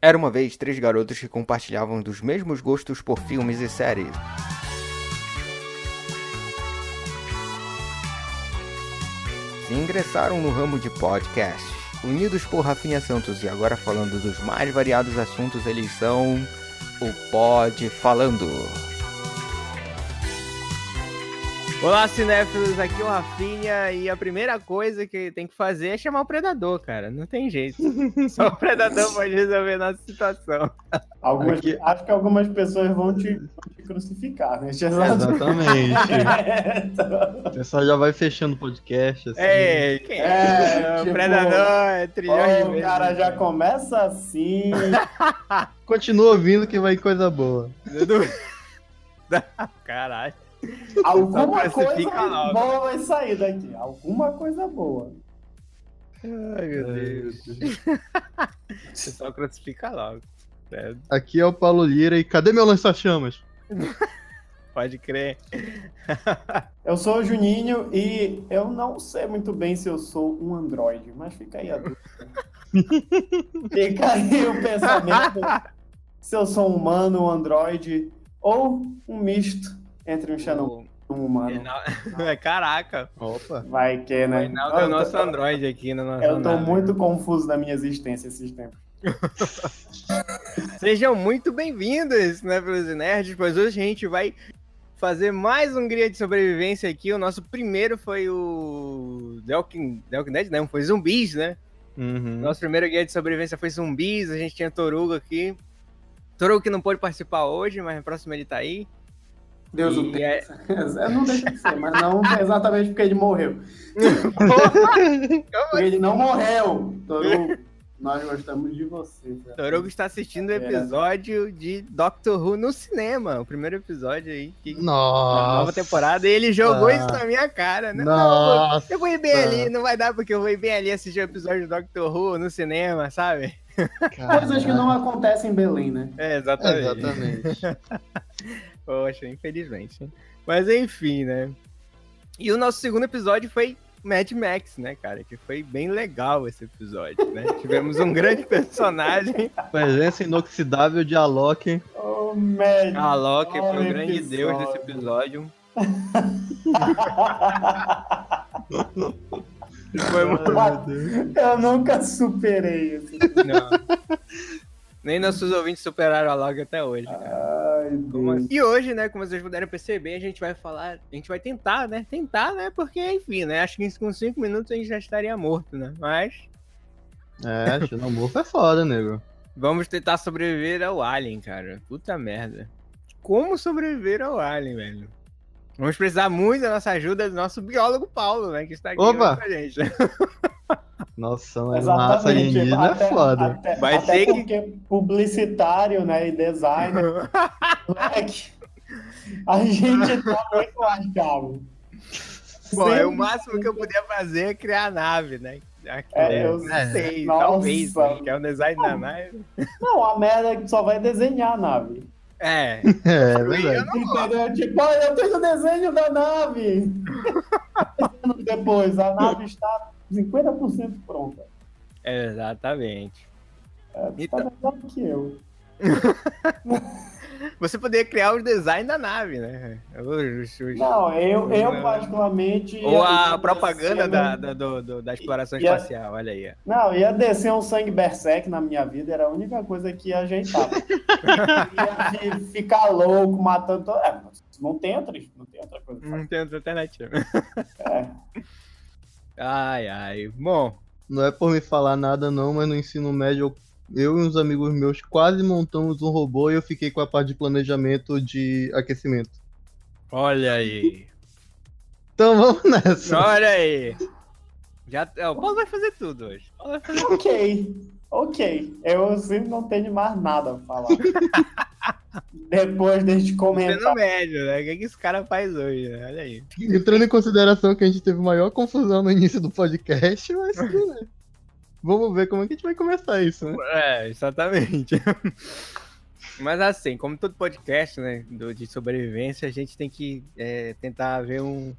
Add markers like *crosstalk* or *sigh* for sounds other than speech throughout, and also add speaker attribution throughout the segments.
Speaker 1: Era uma vez três garotos que compartilhavam dos mesmos gostos por filmes e séries. E ingressaram no ramo de podcasts. Unidos por Rafinha Santos e agora falando dos mais variados assuntos, eles são o Pod Falando.
Speaker 2: Olá, cinéfilos, aqui é o Rafinha e a primeira coisa que tem que fazer é chamar o predador, cara. Não tem jeito. Só *laughs* o predador pode resolver a nossa situação.
Speaker 3: Algumas, acho que algumas pessoas vão te, vão te crucificar, né? Exato.
Speaker 2: *laughs*
Speaker 4: Exatamente.
Speaker 3: É, *laughs* então,
Speaker 4: O pessoal já vai fechando o podcast, assim.
Speaker 2: É, quem é?
Speaker 3: É,
Speaker 2: o
Speaker 3: tipo,
Speaker 2: predador é trilhões de
Speaker 3: ó, o
Speaker 2: vezes.
Speaker 3: cara já começa
Speaker 2: *laughs*
Speaker 3: assim.
Speaker 4: Continua ouvindo que vai coisa boa.
Speaker 2: Do- *laughs* Caralho.
Speaker 3: Alguma
Speaker 2: Só classifica
Speaker 3: coisa
Speaker 2: logo.
Speaker 3: boa vai sair daqui. Alguma coisa boa.
Speaker 2: Ai, meu Deus. Você só É. crucifica logo. É,
Speaker 4: Aqui é o Paulo Lira e cadê meu lança-chamas?
Speaker 2: pode crer.
Speaker 3: Eu sou o Juninho e eu não sei muito bem se eu sou um androide, mas fica aí a
Speaker 2: *laughs*
Speaker 3: dúvida. fica aí o pensamento se eu sou um humano, um androide ou um misto entre um xenon e um
Speaker 2: O
Speaker 3: humano.
Speaker 2: Reinaldo- *laughs* É, Caraca,
Speaker 4: Opa.
Speaker 3: Vai que,
Speaker 2: o
Speaker 3: né?
Speaker 2: Reinaldo é
Speaker 3: Eu
Speaker 2: o
Speaker 3: tô-
Speaker 2: nosso Android aqui na nossa
Speaker 3: Eu tô
Speaker 2: nave.
Speaker 3: muito confuso na minha existência esses tempos.
Speaker 2: Sejam muito bem-vindos, né, pelos nerds, pois hoje a gente vai fazer mais um guia de sobrevivência aqui. O nosso primeiro foi o The Walking The Walking Dead, não, foi zumbis, né?
Speaker 4: Uhum.
Speaker 2: Nosso primeiro guia de sobrevivência foi zumbis, a gente tinha Torugo aqui. Torugo que não pôde participar hoje, mas no próximo ele tá aí.
Speaker 3: Deus
Speaker 2: e é-
Speaker 3: *laughs* Eu não deixa de ser, mas não *laughs* exatamente porque ele morreu. Porque ele não morreu. Toru, nós gostamos de você. cara.
Speaker 2: Torugo está assistindo o
Speaker 3: É.
Speaker 2: episódio de Doctor Who no cinema, o primeiro episódio aí que da
Speaker 4: Nossa.
Speaker 2: nova temporada, e ele jogou
Speaker 4: Ah.
Speaker 2: isso na minha cara, né? Não,
Speaker 4: Nossa.
Speaker 2: Eu vou ir bem ali, não vai dar porque eu vou ir bem ali assistir o episódio do Doctor Who no cinema, sabe?
Speaker 3: Coisas que não acontecem em Belém, né?
Speaker 2: É,
Speaker 4: Caralho. Exatamente.
Speaker 2: Poxa, infelizmente. Mas enfim, né? E o nosso segundo episódio foi Mad Max, né, cara? Que foi bem legal esse episódio, *laughs* né? Tivemos um grande personagem,
Speaker 4: Presença inoxidável de Alok.
Speaker 3: Oh, médio.
Speaker 2: a Loki, foi o
Speaker 3: Olha
Speaker 2: grande
Speaker 3: episódio.
Speaker 2: deus desse episódio. Ah. foi muito...
Speaker 3: *laughs* Eu nunca superei isso.
Speaker 2: Não. *laughs* Nem nossos ouvintes superaram a Loki até hoje, cara.
Speaker 3: Ai, Deus.
Speaker 2: E hoje, né, como vocês puderam perceber, a gente vai falar, a gente vai tentar, né? Tentar, né? Porque, enfim, né? Acho que com cinco minutos a gente já estaria morto, né? Mas
Speaker 4: É, xenomorfo é foda, nego.
Speaker 2: vamos tentar sobreviver ao Alien, cara. Puta merda. Como sobreviver ao Alien, velho? Vamos precisar muito da nossa ajuda do nosso biólogo Paulo, né? Que está aqui hoje
Speaker 4: Opa!
Speaker 2: com a
Speaker 3: *laughs*
Speaker 2: gente.
Speaker 4: Nossa, mas a raça alienígena é
Speaker 3: tipo, Até-
Speaker 4: foda.
Speaker 3: Até,
Speaker 2: Vai
Speaker 3: até
Speaker 2: ter que-
Speaker 3: porque publicitário, né, e designer, *laughs* moleque, a gente tá muito mais caro.
Speaker 2: *laughs* Bom,
Speaker 3: Sim.
Speaker 2: é o máximo que eu podia fazer é criar a nave, né? Aqui,
Speaker 3: É,
Speaker 2: né?
Speaker 3: eu
Speaker 2: Não sei,
Speaker 3: Nossa.
Speaker 2: talvez, né? Que é o design da nave.
Speaker 3: Não, a merda é que só vai desenhar a nave.
Speaker 2: É,
Speaker 4: É, verdade.
Speaker 3: Entendeu? Tipo, olha, eu tenho o desenho da nave. *laughs* Anos Depois, a nave está 50% pronta.
Speaker 2: é, exatamente. Então,
Speaker 3: Tá melhor que eu.
Speaker 2: Você poderia criar o design da nave, né? Os- os-
Speaker 3: Não, eu, eu
Speaker 2: Não.
Speaker 3: particularmente.
Speaker 2: Ou
Speaker 3: ia-
Speaker 2: a
Speaker 3: ia
Speaker 2: propaganda
Speaker 3: ser
Speaker 2: da,
Speaker 3: um-
Speaker 2: da- do- do- da exploração
Speaker 3: E- e a-
Speaker 2: espacial, olha aí. ó.
Speaker 3: Não, ia descer um sangue berserk na minha vida, era a única coisa que ia
Speaker 2: *laughs*
Speaker 3: ajeitar. ia fi- ficar louco, matando. todo- É, mas não tem outra, não tem outra coisa. pra fazer.
Speaker 2: Não tem outra alternativa.
Speaker 3: É.
Speaker 2: Ai, ai. Bom,
Speaker 4: Não é por me falar nada não, mas no ensino médio eu, eu e uns amigos meus quase montamos um robô e eu fiquei com a parte de planejamento de aquecimento.
Speaker 2: olha *laughs* aí.
Speaker 4: Então *laughs* vamos nessa.
Speaker 2: Olha aí. Já, ó, o Paulo vai fazer tudo hoje. O Paulo vai fazer-
Speaker 3: Ok, ok. Eu sempre não tenho mais nada a falar. Depois deste
Speaker 2: Você no
Speaker 3: comentário.
Speaker 2: médio, né? O que, é que esse cara faz hoje, né? Olha aí.
Speaker 4: Entrando em consideração que a gente teve maior confusão no início do podcast, mas tudo bem. Vamos ver como é que a gente vai começar isso, né?
Speaker 2: É, exatamente. *laughs* Mas assim, como todo podcast, né, do- de sobrevivência, a gente tem que é, tentar ver um,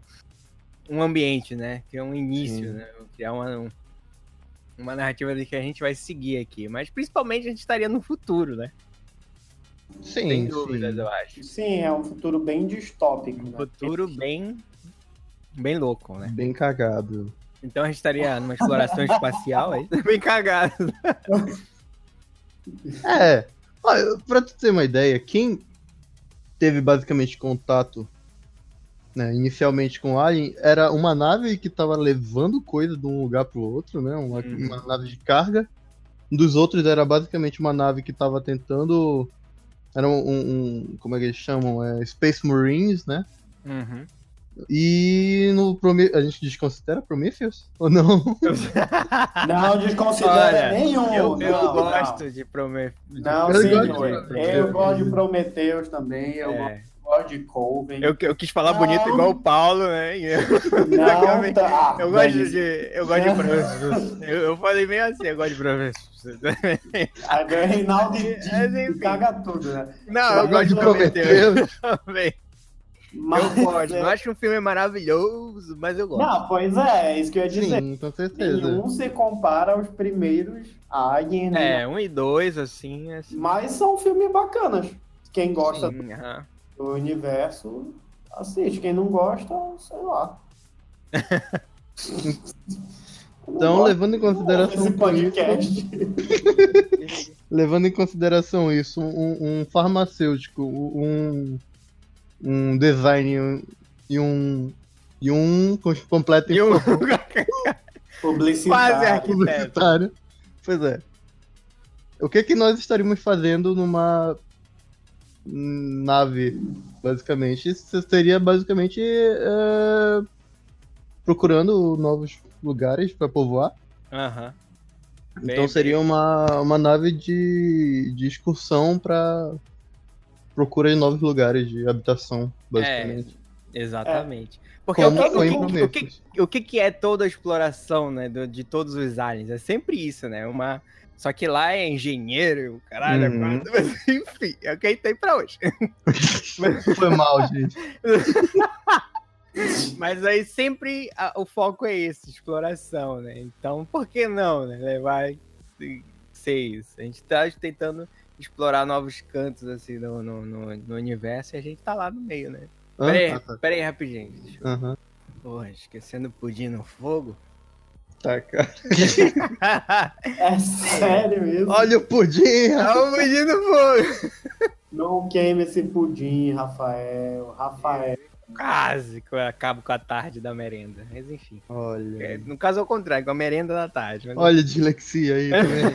Speaker 2: um ambiente, né? Criar um início,
Speaker 4: Sim.
Speaker 2: né? Criar uma, um- uma narrativa de que a gente vai seguir aqui, mas principalmente a gente estaria no futuro, né?
Speaker 4: Sim,
Speaker 2: Sem
Speaker 4: sim.
Speaker 2: dúvidas, né? eu acho.
Speaker 3: Sim, é um futuro bem distópico.
Speaker 2: Um
Speaker 3: né?
Speaker 2: futuro bem bem louco, né?
Speaker 4: Bem cagado.
Speaker 2: Então a gente estaria numa exploração espacial aí, *laughs* bem cagado.
Speaker 4: É. Olha, pra tu ter uma ideia, quem teve basicamente contato né, inicialmente com o Alien era uma nave que tava levando coisa de um lugar pro outro, né? Uma,
Speaker 2: Uhum.
Speaker 4: uma nave de carga. Um dos outros era basicamente uma nave que tava tentando. Era um. um- como é que eles chamam? É, Space Marines, né?
Speaker 3: Uhum.
Speaker 4: E no Prome a gente desconsidera Prometheus? Ou não?
Speaker 3: Não
Speaker 2: *laughs* Olha,
Speaker 3: desconsidera nenhum.
Speaker 2: Eu, eu
Speaker 3: não,
Speaker 2: gosto de prometer.
Speaker 3: Não, não
Speaker 4: Eu gosto de
Speaker 3: senhor. Eu
Speaker 4: Prometheus.
Speaker 3: gosto de Prometeus também. Eu gosto de Colvin.
Speaker 2: É. eu, eu quis falar
Speaker 3: Não.
Speaker 2: bonito igual o Paulo, né? E eu-
Speaker 3: não, tá.
Speaker 2: Eu gosto
Speaker 3: Ah, dane-se.
Speaker 2: de. Eu gosto de professor. Eu, eu falei meio assim, eu gosto de professor.
Speaker 3: Aí vem o Reinaldo de, de,
Speaker 2: Mas, enfim.
Speaker 3: caga tudo, né?
Speaker 2: Não, Ah, eu gosto de Prometeu também. Eu
Speaker 3: Mas,
Speaker 2: gosto.
Speaker 3: é,
Speaker 2: Eu acho um filme maravilhoso, mas eu gosto.
Speaker 3: Não, pois é, é isso que eu ia dizer.
Speaker 4: Sim, com certeza.
Speaker 3: Nenhum se compara aos primeiros Alien, né?
Speaker 2: É, um e dois, assim, assim.
Speaker 3: Mas são filmes bacanas. Quem gosta
Speaker 2: Sim, aham.
Speaker 3: do universo, assiste. Quem não gosta, sei lá.
Speaker 4: *laughs* Então, levando em consideração
Speaker 3: esse
Speaker 4: tudo isso,
Speaker 3: podcast.
Speaker 4: levando em consideração isso, um, um farmacêutico, um, um design e um e um co- completo
Speaker 2: E um *laughs* quase
Speaker 3: Publicidade.
Speaker 2: arquiteto.
Speaker 4: publicitário. Pois é. O que que nós estaríamos fazendo numa nave, basicamente? Isso seria basicamente é, procurando novos lugares para povoar.
Speaker 2: Aham.
Speaker 4: Então seria uma, uma nave de, de excursão para procura de novos lugares de habitação, basicamente.
Speaker 2: É, Exatamente. Porque é o
Speaker 4: Como
Speaker 2: que,
Speaker 4: foi
Speaker 2: o, que, o,
Speaker 4: um em
Speaker 2: que,
Speaker 4: Prometheus.
Speaker 2: o que que é toda a exploração, né? do- de todos os aliens? É sempre isso, né? Uma. Só que lá é engenheiro, caralho, é
Speaker 4: Uhum.
Speaker 2: quatro- *laughs* mas enfim, é o que a gente tem pra hoje. *laughs*
Speaker 4: *laughs* Foi mal, gente.
Speaker 2: Mas aí sempre a- o foco é esse, exploração, né? Então, por que não, né? Levar e ser isso. A gente tá tentando explorar novos cantos, assim, no, no, no, no universo e a gente tá lá no meio, né?
Speaker 4: Hã?
Speaker 2: Pera aí,
Speaker 4: Ah, tá.
Speaker 2: pera aí rapidinho. gente.
Speaker 4: Aham.
Speaker 2: Porra, esquecendo o pudim no fogo. *laughs* Tá
Speaker 4: Tá, cara.
Speaker 3: É sério mesmo.
Speaker 4: *laughs* Olha o pudim!
Speaker 2: Ah, o pudim no fogo!
Speaker 3: Não queime esse pudim, Rafael.
Speaker 4: *laughs*
Speaker 3: Rafael.
Speaker 2: Quase que eu acabo com a tarde da merenda. Mas enfim. É,
Speaker 4: Olha.
Speaker 2: no caso, é o contrário, com a merenda da tarde. Mas...
Speaker 4: Olha a dislexia aí também.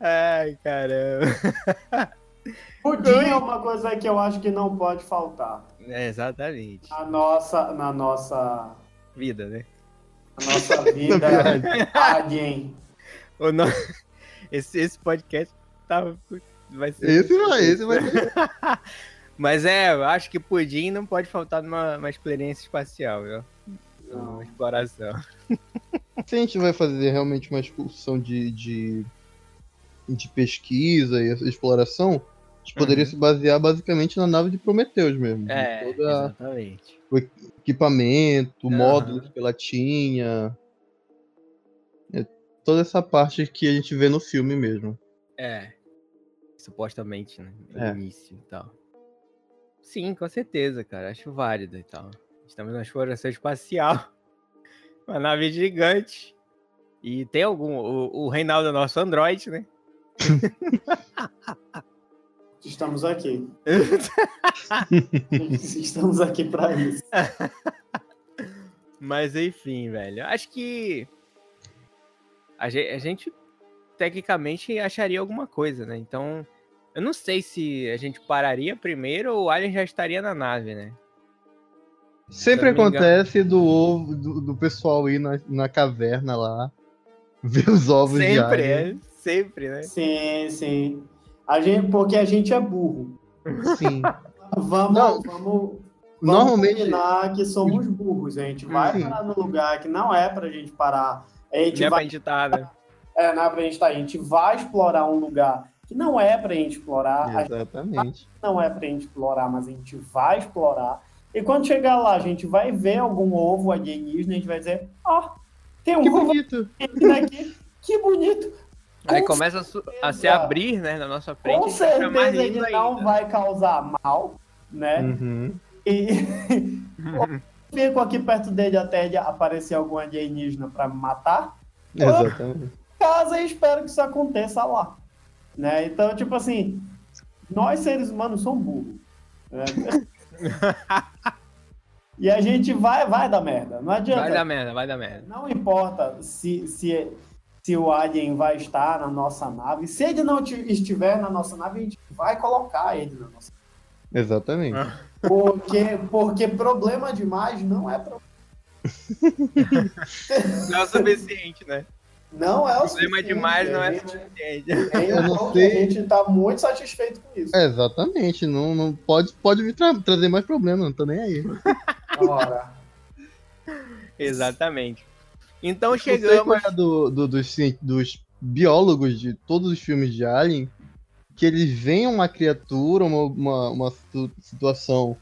Speaker 2: Ai, caramba.
Speaker 3: pudim é uma coisa que eu acho que não pode faltar
Speaker 2: É, exatamente.
Speaker 3: na nossa, na nossa,
Speaker 2: Vida, né?
Speaker 3: na
Speaker 4: *laughs*
Speaker 3: nossa vida. Alien.
Speaker 2: O no- *laughs* esse, esse podcast tá... vai ser.
Speaker 4: *laughs* Esse vai, esse vai.
Speaker 2: Mas é, eu acho que pudim não pode faltar numa numa experiência espacial, viu? Uma
Speaker 3: Não.
Speaker 2: exploração.
Speaker 4: *laughs* Se a gente vai fazer realmente uma excursão de, de, de pesquisa e exploração, a gente poderia
Speaker 2: Uhum.
Speaker 4: se basear basicamente na nave de Prometheus mesmo. de
Speaker 2: É,
Speaker 4: toda-
Speaker 2: exatamente.
Speaker 4: equipamento,
Speaker 2: Aham.
Speaker 4: módulos que ela tinha. É toda essa parte que a gente vê no filme mesmo.
Speaker 2: É. Supostamente, né? No
Speaker 4: É.
Speaker 2: início e tal. Sim, com certeza, cara. Acho válido e tal. Estamos na exploração espacial. *laughs* Uma nave gigante. E tem algum. O, o Reinaldo é nosso Android, né?
Speaker 3: Estamos
Speaker 4: *laughs*
Speaker 3: aqui. Estamos aqui para isso.
Speaker 2: Mas enfim, velho. Acho que. A ge- a gente, tecnicamente acharia alguma coisa, né? Então. Eu não sei se a gente pararia primeiro ou o Alien já estaria na nave, né?
Speaker 4: Sempre
Speaker 2: Se eu não me
Speaker 4: acontece do ovo do, do pessoal ir na, na caverna lá, *laughs* ver os ovos de
Speaker 2: Sempre,
Speaker 4: alien.
Speaker 2: é. Sempre, né?
Speaker 3: Sim, sim. A gente, porque a gente é burro.
Speaker 4: Sim.
Speaker 3: Vamos,
Speaker 4: Não.
Speaker 3: vamos, vamos
Speaker 4: Normalmente,
Speaker 3: combinar que somos burros. A gente vai
Speaker 4: Sim.
Speaker 3: parar no lugar que não é pra gente parar. A gente
Speaker 2: Não é pra
Speaker 3: vai,
Speaker 2: gente tá, né?
Speaker 3: é, não é pra gente tá, A gente vai explorar um lugar que não é pra gente explorar. A gente
Speaker 4: exatamente.
Speaker 3: não é pra gente explorar, mas a gente vai explorar. E quando chegar lá, a gente vai ver algum ovo alienígena, a gente vai dizer, ó, tem um
Speaker 4: Que
Speaker 3: ovo
Speaker 4: bonito.
Speaker 3: alienígena aqui, que bonito.
Speaker 2: Aí
Speaker 3: Com
Speaker 2: começa a, su- a se
Speaker 3: certeza.
Speaker 2: abrir, né, na nossa frente.
Speaker 3: Com
Speaker 2: a gente vai ficar mais
Speaker 3: certeza
Speaker 2: lindo
Speaker 3: ele não
Speaker 2: ainda.
Speaker 3: vai causar mal, né?
Speaker 4: Uhum.
Speaker 3: E *laughs* fico aqui perto dele até ele aparecer algum alienígena pra me matar.
Speaker 4: Exatamente.
Speaker 3: Casa e espero que isso aconteça lá. Né? Então, tipo assim, nós seres humanos somos burros. né? e a gente vai, vai dar merda. Não adianta.
Speaker 2: Vai dar merda, vai dar merda.
Speaker 3: Não importa se, se, se o alien vai estar na nossa nave. Se ele não ti- estiver na nossa nave, a gente vai colocar ele na nossa
Speaker 4: Exatamente.
Speaker 3: porque, porque problema demais não é, pro-
Speaker 2: Não é o suficiente, né?
Speaker 3: não é o
Speaker 2: Problema demais não é
Speaker 3: suficiente.
Speaker 2: suficiente.
Speaker 4: Eu
Speaker 3: Eu
Speaker 4: não
Speaker 3: não
Speaker 4: sei.
Speaker 3: A gente tá muito satisfeito com isso.
Speaker 4: Exatamente. Não, não pode, pode vir tra- trazer mais problema, não tô nem aí.
Speaker 3: Ora.
Speaker 2: *laughs* Exatamente. Então
Speaker 4: Não sei qual
Speaker 2: chegamos.
Speaker 4: é a do, do- dos, cien- dos biólogos de todos os filmes de Alien que eles veem uma criatura, uma, uma, uma situ- situação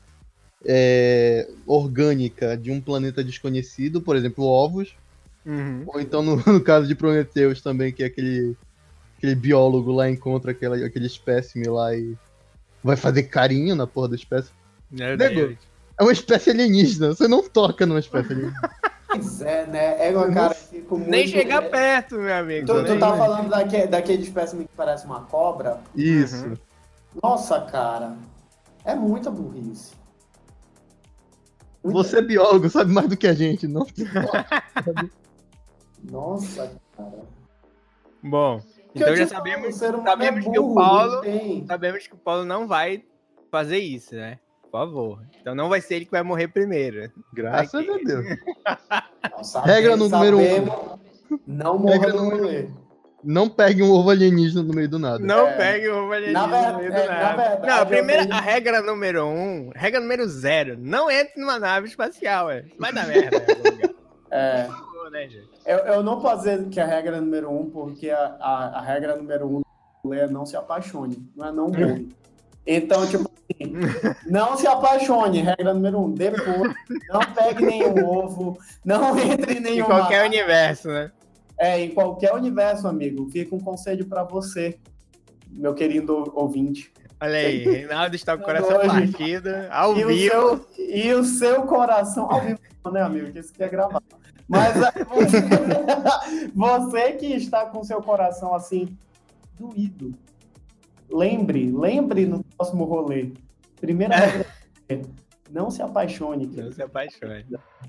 Speaker 4: é, orgânica de um planeta desconhecido, por exemplo, ovos,
Speaker 2: Uhum.
Speaker 4: ou então no, no caso de Prometheus também, que é aquele, aquele biólogo lá encontra aquela, aquele espécime lá e vai fazer carinho na porra do espécime.
Speaker 2: Meu
Speaker 4: Nego.
Speaker 2: Deus.
Speaker 4: É uma espécie alienígena, você não toca numa espécie alienígena.
Speaker 3: Pois é, né? É, eu, cara, fico muito...
Speaker 2: Nem chegar perto, meu amigo.
Speaker 3: Tu, tu
Speaker 2: Nem-
Speaker 3: tá falando daquele, daquele espécime que parece uma cobra?
Speaker 4: Isso.
Speaker 2: Uhum.
Speaker 3: Nossa, cara. É muita burrice. Muita-
Speaker 4: Você é biólogo, sabe mais do que a
Speaker 2: *laughs*
Speaker 4: gente, não
Speaker 3: Nossa, cara.
Speaker 2: Bom,
Speaker 3: Que
Speaker 2: então
Speaker 3: eu
Speaker 2: já
Speaker 3: te falo,
Speaker 2: sabemos,
Speaker 3: o ser humano
Speaker 2: sabemos
Speaker 3: é
Speaker 2: que o
Speaker 3: burro,
Speaker 2: Paulo-
Speaker 3: não tem.
Speaker 2: sabemos que o Paulo não vai fazer isso, né? Por favor. Então não vai ser ele que vai morrer primeiro.
Speaker 4: Graças
Speaker 2: Aqui.
Speaker 4: a Deus.
Speaker 3: Não, sabe-
Speaker 4: Regra número um.
Speaker 3: sabemos- Não morra
Speaker 4: Regra
Speaker 3: no
Speaker 4: número um.
Speaker 3: rolê.
Speaker 4: Não pegue um ovo alienígena no meio do nada.
Speaker 2: Não
Speaker 3: É.
Speaker 2: pegue o Valerinho
Speaker 3: Na ver-
Speaker 2: no meio do
Speaker 3: é, na
Speaker 2: nada.
Speaker 3: verdade,
Speaker 2: não, a
Speaker 3: eu
Speaker 2: primeira
Speaker 3: tenho-
Speaker 2: a regra número um, regra número zero, não entre numa nave espacial, é. Vai dar merda. em algum *laughs* lugar.
Speaker 3: É.
Speaker 2: Por favor, né, gente?
Speaker 3: Eu, eu não posso dizer que a regra é número um, porque a, a, a regra número um do rolê é não se apaixone, não é não morre. Então, tipo assim, não se apaixone, regra número um. Depois, não pegue nenhum ovo, não *laughs* entre em
Speaker 2: Em
Speaker 3: nenhuma.
Speaker 2: qualquer universo, né?
Speaker 3: É, em qualquer universo, amigo. Fica um conselho pra você, meu querido ouvinte.
Speaker 2: Olha aí, Reinaldo está com o
Speaker 3: Não
Speaker 2: coração
Speaker 3: dói.
Speaker 2: partido, ao
Speaker 3: E o,
Speaker 2: vivo.
Speaker 3: seu, e o seu coração. Ao vivo, não, né, amigo? Que isso aqui é gravado. Mas a- você, *laughs* você que está com seu coração assim, doído, lembre, lembre no próximo rolê.
Speaker 2: É.
Speaker 3: Primeira coisa, não se apaixone,
Speaker 2: Não
Speaker 3: querido.
Speaker 2: se apaixone.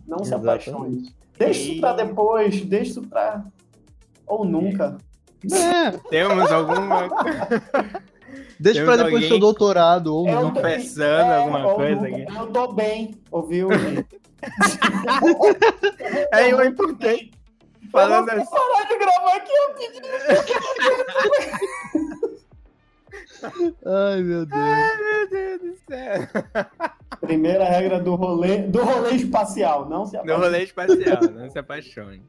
Speaker 3: Não se
Speaker 4: Exatamente.
Speaker 3: apaixone. Deixa isso pra depois, deixa isso pra. Ou nunca.
Speaker 4: É,
Speaker 2: Temos alguma
Speaker 4: deixa
Speaker 2: Temos
Speaker 4: pra depois do
Speaker 2: alguém?
Speaker 4: seu doutorado ou
Speaker 3: Eu
Speaker 2: um
Speaker 4: não.
Speaker 3: tô-
Speaker 2: confessando É. alguma
Speaker 3: é, ou
Speaker 2: coisa
Speaker 3: nunca.
Speaker 2: aqui?
Speaker 3: Eu tô bem, ouviu? gente?
Speaker 2: É o importante. *laughs* Falando
Speaker 3: Eu não
Speaker 2: assim,
Speaker 3: vou parar de gravar aqui, eu pedi.
Speaker 4: Ai, meu Deus.
Speaker 2: meu Deus do céu.
Speaker 3: Primeira regra do rolê, do rolê espacial, não se
Speaker 2: No
Speaker 3: apaixone.
Speaker 2: rolê espacial, não se apaixone.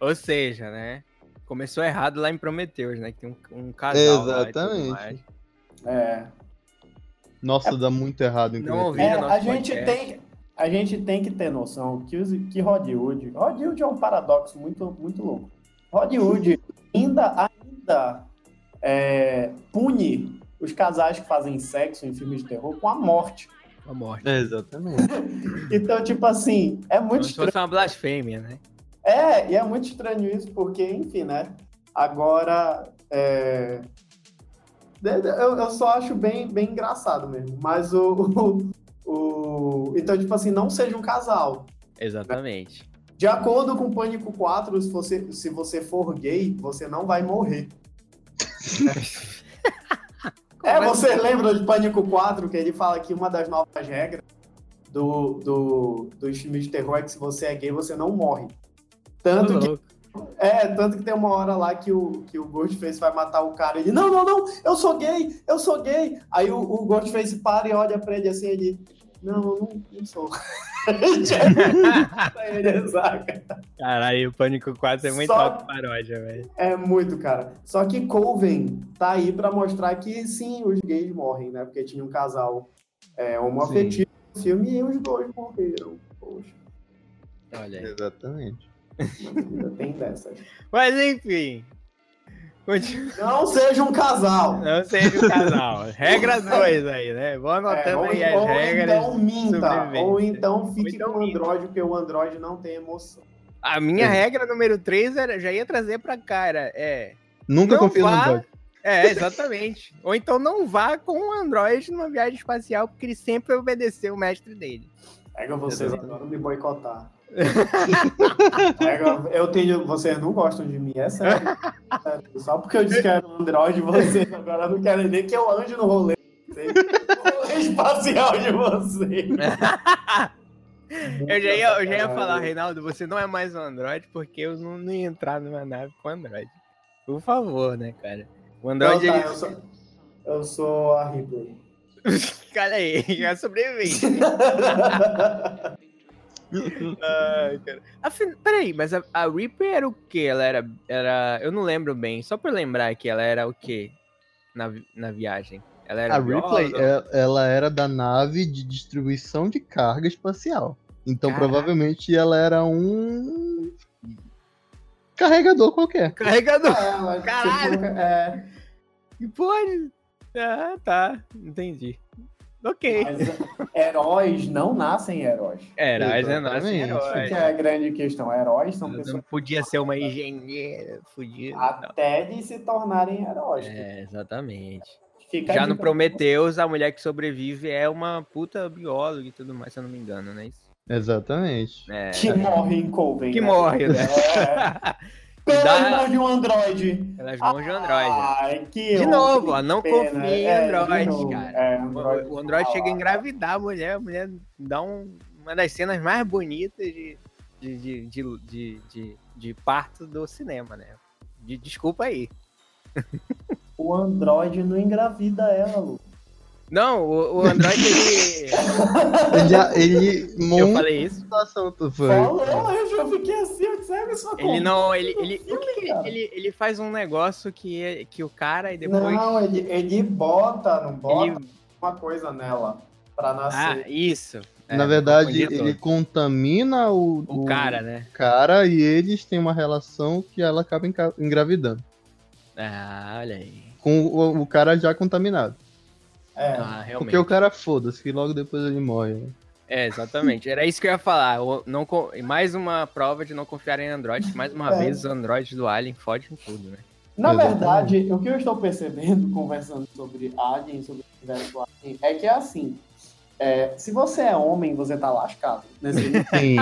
Speaker 2: Ou seja, né? Começou errado lá em Prometeus, né? Que tem um, um casal.
Speaker 4: Exatamente.
Speaker 2: Lá e tudo mais.
Speaker 3: É.
Speaker 4: Nossa, dá muito errado em
Speaker 2: Não
Speaker 4: Prometheus.
Speaker 2: ouvi.
Speaker 3: É,
Speaker 2: Vira nosso
Speaker 3: a gente
Speaker 2: podcast.
Speaker 3: tem a gente tem que ter noção que os- que Hollywood, Hollywood é um paradoxo muito muito louco. Hollywood ainda ainda é, pune os casais que fazem sexo em filmes de terror com a morte.
Speaker 2: Uma morte.
Speaker 4: É, exatamente.
Speaker 3: Então, tipo assim, é muito
Speaker 2: Como se
Speaker 3: estranho.
Speaker 2: fosse uma blasfêmia, né?
Speaker 3: É, e é muito estranho isso, porque, enfim, né? Agora, é, de- de- eu, eu só acho bem, bem engraçado mesmo. Mas o, *laughs* o, o- Então, tipo assim, não seja um casal.
Speaker 2: Exatamente.
Speaker 3: De acordo com o Pânico 4, se você, se você for gay, você não vai morrer. é, você lembra de Pânico 4, que ele fala que uma das novas regras do, do, dos filmes de terror é que se você é gay, você não morre. *laughs* Tanto que
Speaker 2: Louco.
Speaker 3: é, tanto que tem uma hora lá que o, que o Ghostface vai matar o cara. Ele, não, não, não, eu sou gay, eu sou gay. Aí o, o Ghostface para e olha pra ele assim, ele, não, eu não, não sou. *laughs* é Pra ele, saca?
Speaker 2: *laughs* Caralho, o Pânico 4 é muito
Speaker 3: Só-
Speaker 2: alto paródia, velho.
Speaker 3: É muito, cara. Só que Colvin tá aí pra mostrar que sim, os gays morrem, né? Porque tinha um casal é, homoafetivo filme e os dois morreram. Poxa,
Speaker 2: Olha aí.
Speaker 4: Exatamente.
Speaker 3: ainda tem dessas.
Speaker 2: Mas enfim. Continua.
Speaker 3: Não seja um casal.
Speaker 2: Não seja o canal.
Speaker 3: *laughs*
Speaker 2: Regra 2 aí, né? Vou
Speaker 3: É,
Speaker 2: anotando
Speaker 3: ou
Speaker 2: aí
Speaker 3: ou
Speaker 2: as regras.
Speaker 3: então minta,
Speaker 2: sobrevivência.
Speaker 3: ou então fique
Speaker 2: então
Speaker 3: com o
Speaker 2: minta.
Speaker 3: Android, porque o Android não tem emoção.
Speaker 2: A minha
Speaker 4: É.
Speaker 2: regra número 3 era, já ia trazer pra cá, era, é.
Speaker 4: Nunca
Speaker 2: Não
Speaker 4: confio no
Speaker 2: vá-
Speaker 4: Android.
Speaker 2: É, exatamente. Ou então não vá com o Android numa viagem espacial, porque ele sempre vai obedecer o mestre dele.
Speaker 3: Pega vocês
Speaker 4: Exatamente.
Speaker 3: agora me
Speaker 2: *laughs*
Speaker 3: boicotar. Pega- eu tenho, vocês não gostam de mim,
Speaker 2: *laughs*
Speaker 3: é sério. É sério. Só porque eu disse que era um Android, vocês agora não querem nem que eu ande
Speaker 2: *laughs*
Speaker 3: no rolê. de vocês. O rolê espacial de vocês.
Speaker 2: Eu já ia, eu já ia falar, Reinaldo, você não é mais um Android, porque eu não, não ia entrar numa nave com Android. Por favor, né, cara? O
Speaker 3: Não,
Speaker 2: Android, é
Speaker 3: tá,
Speaker 2: ele-
Speaker 3: eu, sou, eu sou a Ripley.
Speaker 2: *laughs*
Speaker 3: *laughs* É,
Speaker 2: cara aí, *laughs* já sobrevive. Ai, cara. Afin- Peraí, mas a, a Reaper era o que? Ela era, era. Eu não lembro bem. Só pra eu lembrar que ela era o que na, vi- na viagem? Ela era
Speaker 4: A Ripley,
Speaker 3: é-
Speaker 2: bióloga?
Speaker 4: ela, ela era da nave de distribuição de carga espacial. Então,
Speaker 2: Caraca.
Speaker 4: provavelmente, ela era um carregador qualquer.
Speaker 2: Carregador.
Speaker 3: É, ela,
Speaker 2: Caralho.
Speaker 3: tipo, é,
Speaker 2: E Pode. Ah, tá. Entendi. Ok.
Speaker 3: mas eh, heróis não nascem heróis.
Speaker 2: Heróis, né?
Speaker 4: Exatamente.
Speaker 2: Nossa, heróis.
Speaker 3: Essa que é a grande questão. Heróis são
Speaker 2: Ela não
Speaker 3: pessoas
Speaker 2: podia ser uma engenheira fodida. e tal.
Speaker 3: até de se tornarem heróis.
Speaker 2: É, exatamente.
Speaker 3: Fica
Speaker 2: Já
Speaker 3: a
Speaker 2: no
Speaker 3: dica.
Speaker 2: Prometheus, a mulher que sobrevive é uma puta bióloga e tudo mais, se eu não me engano, não é isso?
Speaker 4: Exatamente.
Speaker 2: É.
Speaker 3: Que morre em Coven.
Speaker 2: Que
Speaker 3: né?
Speaker 2: morre, *laughs*
Speaker 3: *laughs*
Speaker 2: né?
Speaker 3: É. Pelo
Speaker 2: Dá-
Speaker 3: irmão de um Android.
Speaker 2: Pelas mãos de Android. né?
Speaker 3: Ai, Ah, que
Speaker 2: De
Speaker 3: horror,
Speaker 2: novo, ó,
Speaker 3: que
Speaker 2: não
Speaker 3: pena.
Speaker 2: confia em
Speaker 3: É, de
Speaker 2: Android,
Speaker 3: novo.
Speaker 2: cara.
Speaker 3: É, Ah,
Speaker 2: O-
Speaker 3: Android,
Speaker 2: O Android chega a
Speaker 3: fala. né?
Speaker 2: engravidar a mulher, a mulher dá um- uma das cenas mais bonitas de, de, de, de, de- de- de parto do cinema, né? De- desculpa aí.
Speaker 3: O Android não engravida ela, Lu.
Speaker 2: Não, o, o Android, ele...
Speaker 4: Ele, já- ele
Speaker 2: eu
Speaker 4: monta
Speaker 2: falei isso.
Speaker 4: a situação. Foi.
Speaker 3: Falou, eu já fiquei assim, eu disse, "Sabe, sua
Speaker 2: é. Ele não, ele, ele, o
Speaker 3: filme,
Speaker 2: que que ele-
Speaker 3: assim, cara.
Speaker 2: ele- ele faz um negócio que, é- que o cara e depois...
Speaker 3: Não, ele, ele bota, não bota
Speaker 2: ele-
Speaker 3: uma coisa nela pra
Speaker 2: Ah,
Speaker 3: nascer.
Speaker 2: isso. É,
Speaker 4: Na verdade,
Speaker 2: confundi
Speaker 4: ele
Speaker 2: tudo.
Speaker 4: contamina o,
Speaker 2: O cara, né?
Speaker 4: cara e eles têm uma relação que ela acaba enca- engravidando.
Speaker 2: Ah, olha aí.
Speaker 4: Com o, o cara já contaminado.
Speaker 3: é.
Speaker 2: Ah, realmente.
Speaker 4: Porque o cara foda-se, que logo depois ele
Speaker 2: *laughs*
Speaker 4: morre. né?
Speaker 2: É, exatamente. Era isso que eu ia falar. O- Não, co- e mais uma prova de não confiar em Android. Mais uma
Speaker 3: É.
Speaker 2: vez, os Androids do Alien fodem tudo, né?
Speaker 3: Na
Speaker 4: Exatamente.
Speaker 3: verdade, o que eu estou percebendo *laughs* conversando sobre Alien, sobre o universo Alien, é que é assim. é, se você é homem, você tá lascado.
Speaker 2: *laughs*
Speaker 3: Nesse-
Speaker 4: Sim.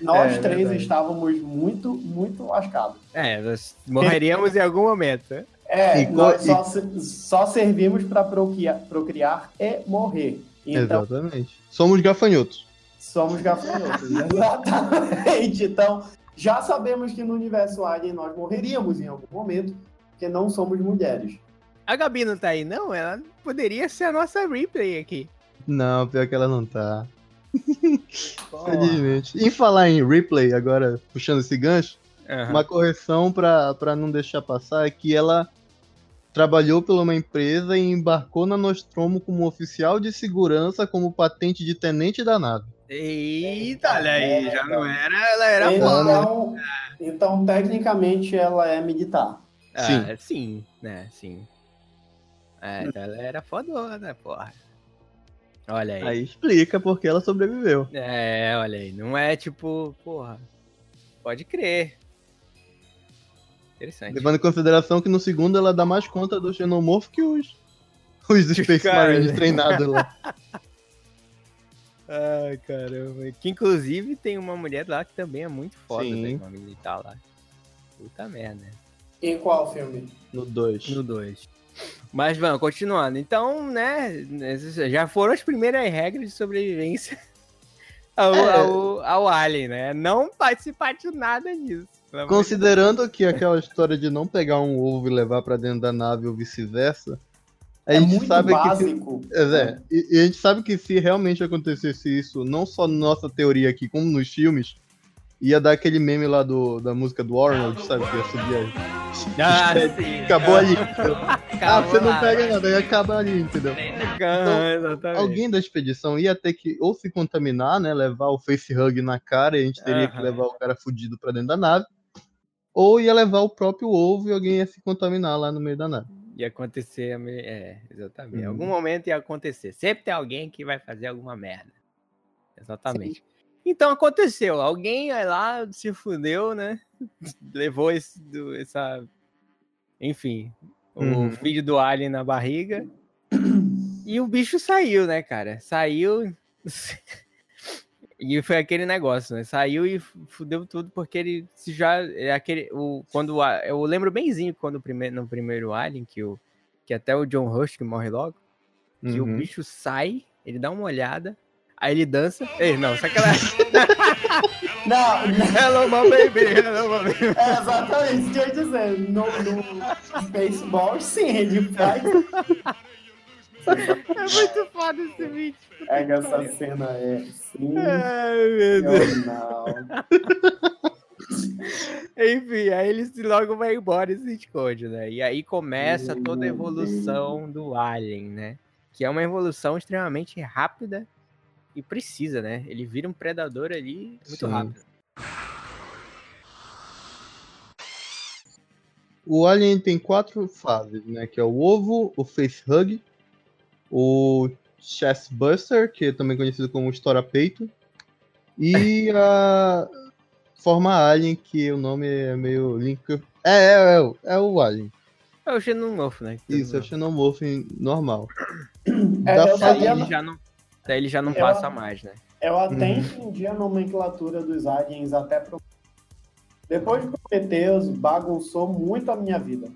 Speaker 3: Nós
Speaker 2: É,
Speaker 3: três
Speaker 2: verdade.
Speaker 3: estávamos muito, muito lascados.
Speaker 2: É, nós morreríamos em algum momento.
Speaker 3: É,
Speaker 4: E co-
Speaker 3: nós
Speaker 4: e-
Speaker 3: só, se- só servimos para procriar, procriar e morrer. Então,
Speaker 4: Exatamente. Somos gafanhotos.
Speaker 3: somos gafanhotos. né?
Speaker 2: *laughs*
Speaker 3: Exatamente. Então, já sabemos que no universo Alien nós morreríamos em algum momento, porque não somos mulheres.
Speaker 2: A Gabi não tá aí, não? Ela poderia ser a nossa replay aqui.
Speaker 4: Não, pior que ela não tá. Felizmente. Em falar em replay, agora puxando esse gancho,
Speaker 2: Aham.
Speaker 4: uma correção pra, pra não deixar passar é que ela trabalhou pela uma empresa e embarcou na Nostromo como oficial de segurança como patente de tenente da nave.
Speaker 2: Eita, olha aí. Já não era, ela era boa.
Speaker 3: Então, então, tecnicamente, ela é militar.
Speaker 2: Ah, sim, né? Sim. É, então ela era fodona, porra. Olha aí.
Speaker 4: Aí explica porque ela sobreviveu.
Speaker 2: É, olha aí, não é tipo, porra, pode crer. Interessante.
Speaker 4: Levando em consideração que no segundo ela dá mais conta do xenomorfo que os,
Speaker 2: *laughs*
Speaker 4: os Space
Speaker 2: Cara. né?
Speaker 4: Marines
Speaker 2: *laughs*
Speaker 4: treinados lá.
Speaker 2: Ai, caramba. Que inclusive tem uma mulher lá que também é muito foda,
Speaker 4: Sim.
Speaker 2: tem uma militar lá. Puta merda.
Speaker 3: Em qual filme?
Speaker 4: No 2.
Speaker 2: No 2. Mas vamos, continuando. Então, né, esses já foram as primeiras regras de sobrevivência *laughs* ao,
Speaker 4: É.
Speaker 2: ao, ao Alien, né? Não participar de nada disso. pelo amor de
Speaker 4: Considerando que aquela história de não pegar um ovo e levar pra dentro da nave ou vice-versa, a
Speaker 3: é
Speaker 4: gente
Speaker 3: muito
Speaker 4: sabe que. Se,
Speaker 3: básico.
Speaker 4: É, Zé, e, e a gente sabe que se realmente acontecesse isso, não só na nossa teoria aqui, como nos filmes, ia dar aquele meme lá do, da música do Arnold, sabe? Que ia subir a
Speaker 2: Ah, sim.
Speaker 4: *laughs* Acabou ali. Ah,
Speaker 2: Acabou
Speaker 4: você não
Speaker 2: lá.
Speaker 4: pega nada, ia acabar ali, entendeu?
Speaker 2: Ah, exatamente.
Speaker 4: Alguém da expedição ia ter que ou se contaminar, né? Levar o face hug na cara e a gente teria que
Speaker 2: Aham.
Speaker 4: levar o cara fudido pra dentro da nave. Ou ia levar o próprio ovo e alguém ia se contaminar lá no meio da nave.
Speaker 2: Ia acontecer, a me- é, exatamente. Em
Speaker 4: Uhum.
Speaker 2: algum momento ia acontecer. Sempre tem alguém que vai fazer alguma merda. Exatamente. Então aconteceu. Alguém aí lá se fudeu, né? *laughs* Levou esse, do- essa. Enfim,
Speaker 4: Uhum.
Speaker 2: o filho do Alien na barriga. E o bicho saiu, né, cara? Saiu. *laughs* E foi aquele negócio, né? Saiu e fu- fudeu tudo, porque ele se já. É aquele, o, quando, a- eu lembro benzinho quando o primeiro, no primeiro Alien, que, o, que até o John Rush que morre logo, que o
Speaker 4: Uhum.
Speaker 2: bicho sai, ele dá uma olhada, aí ele dança. Ei, não, sacanagem. *laughs*
Speaker 3: Não, não, *laughs*
Speaker 2: hello, my baby, hello, my baby.
Speaker 3: é exatamente isso que eu ia dizer. No, no Spaceballs, sim, ele faz.
Speaker 2: É muito foda esse vídeo.
Speaker 3: É que essa cena é sim.
Speaker 2: Ai, meu
Speaker 4: É
Speaker 2: Deus.
Speaker 3: eu não.
Speaker 2: Enfim, aí ele se- logo vai embora e se esconde, né? E aí começa toda a evolução do Alien, né? Que é uma evolução extremamente rápida e precisa, né? Ele vira um predador ali muito
Speaker 4: Sim.
Speaker 2: rápido.
Speaker 4: O Alien tem quatro fases, né? Que é o ovo, o face hug, o chest buster, que é também conhecido como estoura-peito,
Speaker 2: *laughs*
Speaker 4: e a forma Alien, que o nome é meio link. É, é, é, o- é o Alien.
Speaker 2: É o xenomorfo, né? Que todo
Speaker 4: Isso, é o
Speaker 2: mundo-
Speaker 4: xenomorfo em- normal.
Speaker 3: É,
Speaker 4: Da
Speaker 3: eu
Speaker 4: fase-
Speaker 3: sabia-
Speaker 2: Daí ele já não, daí ele já não
Speaker 3: Eu-
Speaker 2: passa mais, né?
Speaker 3: Eu até
Speaker 4: Uhum.
Speaker 3: entendi a nomenclatura dos aliens até pro... Depois de Prometheus, bagunçou muito a minha vida.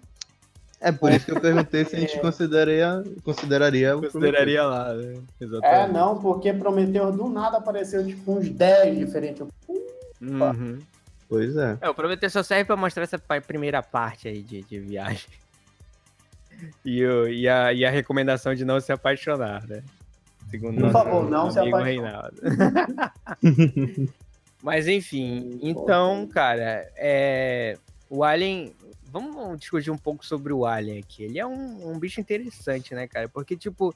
Speaker 4: É por isso que eu perguntei se a gente consideraria, consideraria o
Speaker 2: É. Consideraria lá, né?
Speaker 3: É,
Speaker 2: Exatamente.
Speaker 3: não, porque Prometheus do nada apareceu tipo uns 10 diferentes.
Speaker 2: Uhum.
Speaker 4: Prometheus. Pois é.
Speaker 2: É, o Prometheus só serve pra mostrar essa pa- primeira parte aí de, de viagem. *laughs* E, o- e a, e a recomendação de não se apaixonar, né? Segundo
Speaker 4: Por
Speaker 2: nosso
Speaker 3: favor, não se
Speaker 2: amigo
Speaker 3: apaixone.
Speaker 2: Reinaldo. *laughs* Mas enfim, então, cara, é, o Alien. Vamos discutir um pouco sobre o Alien aqui. Ele é um, um bicho interessante, né, cara? Porque, tipo,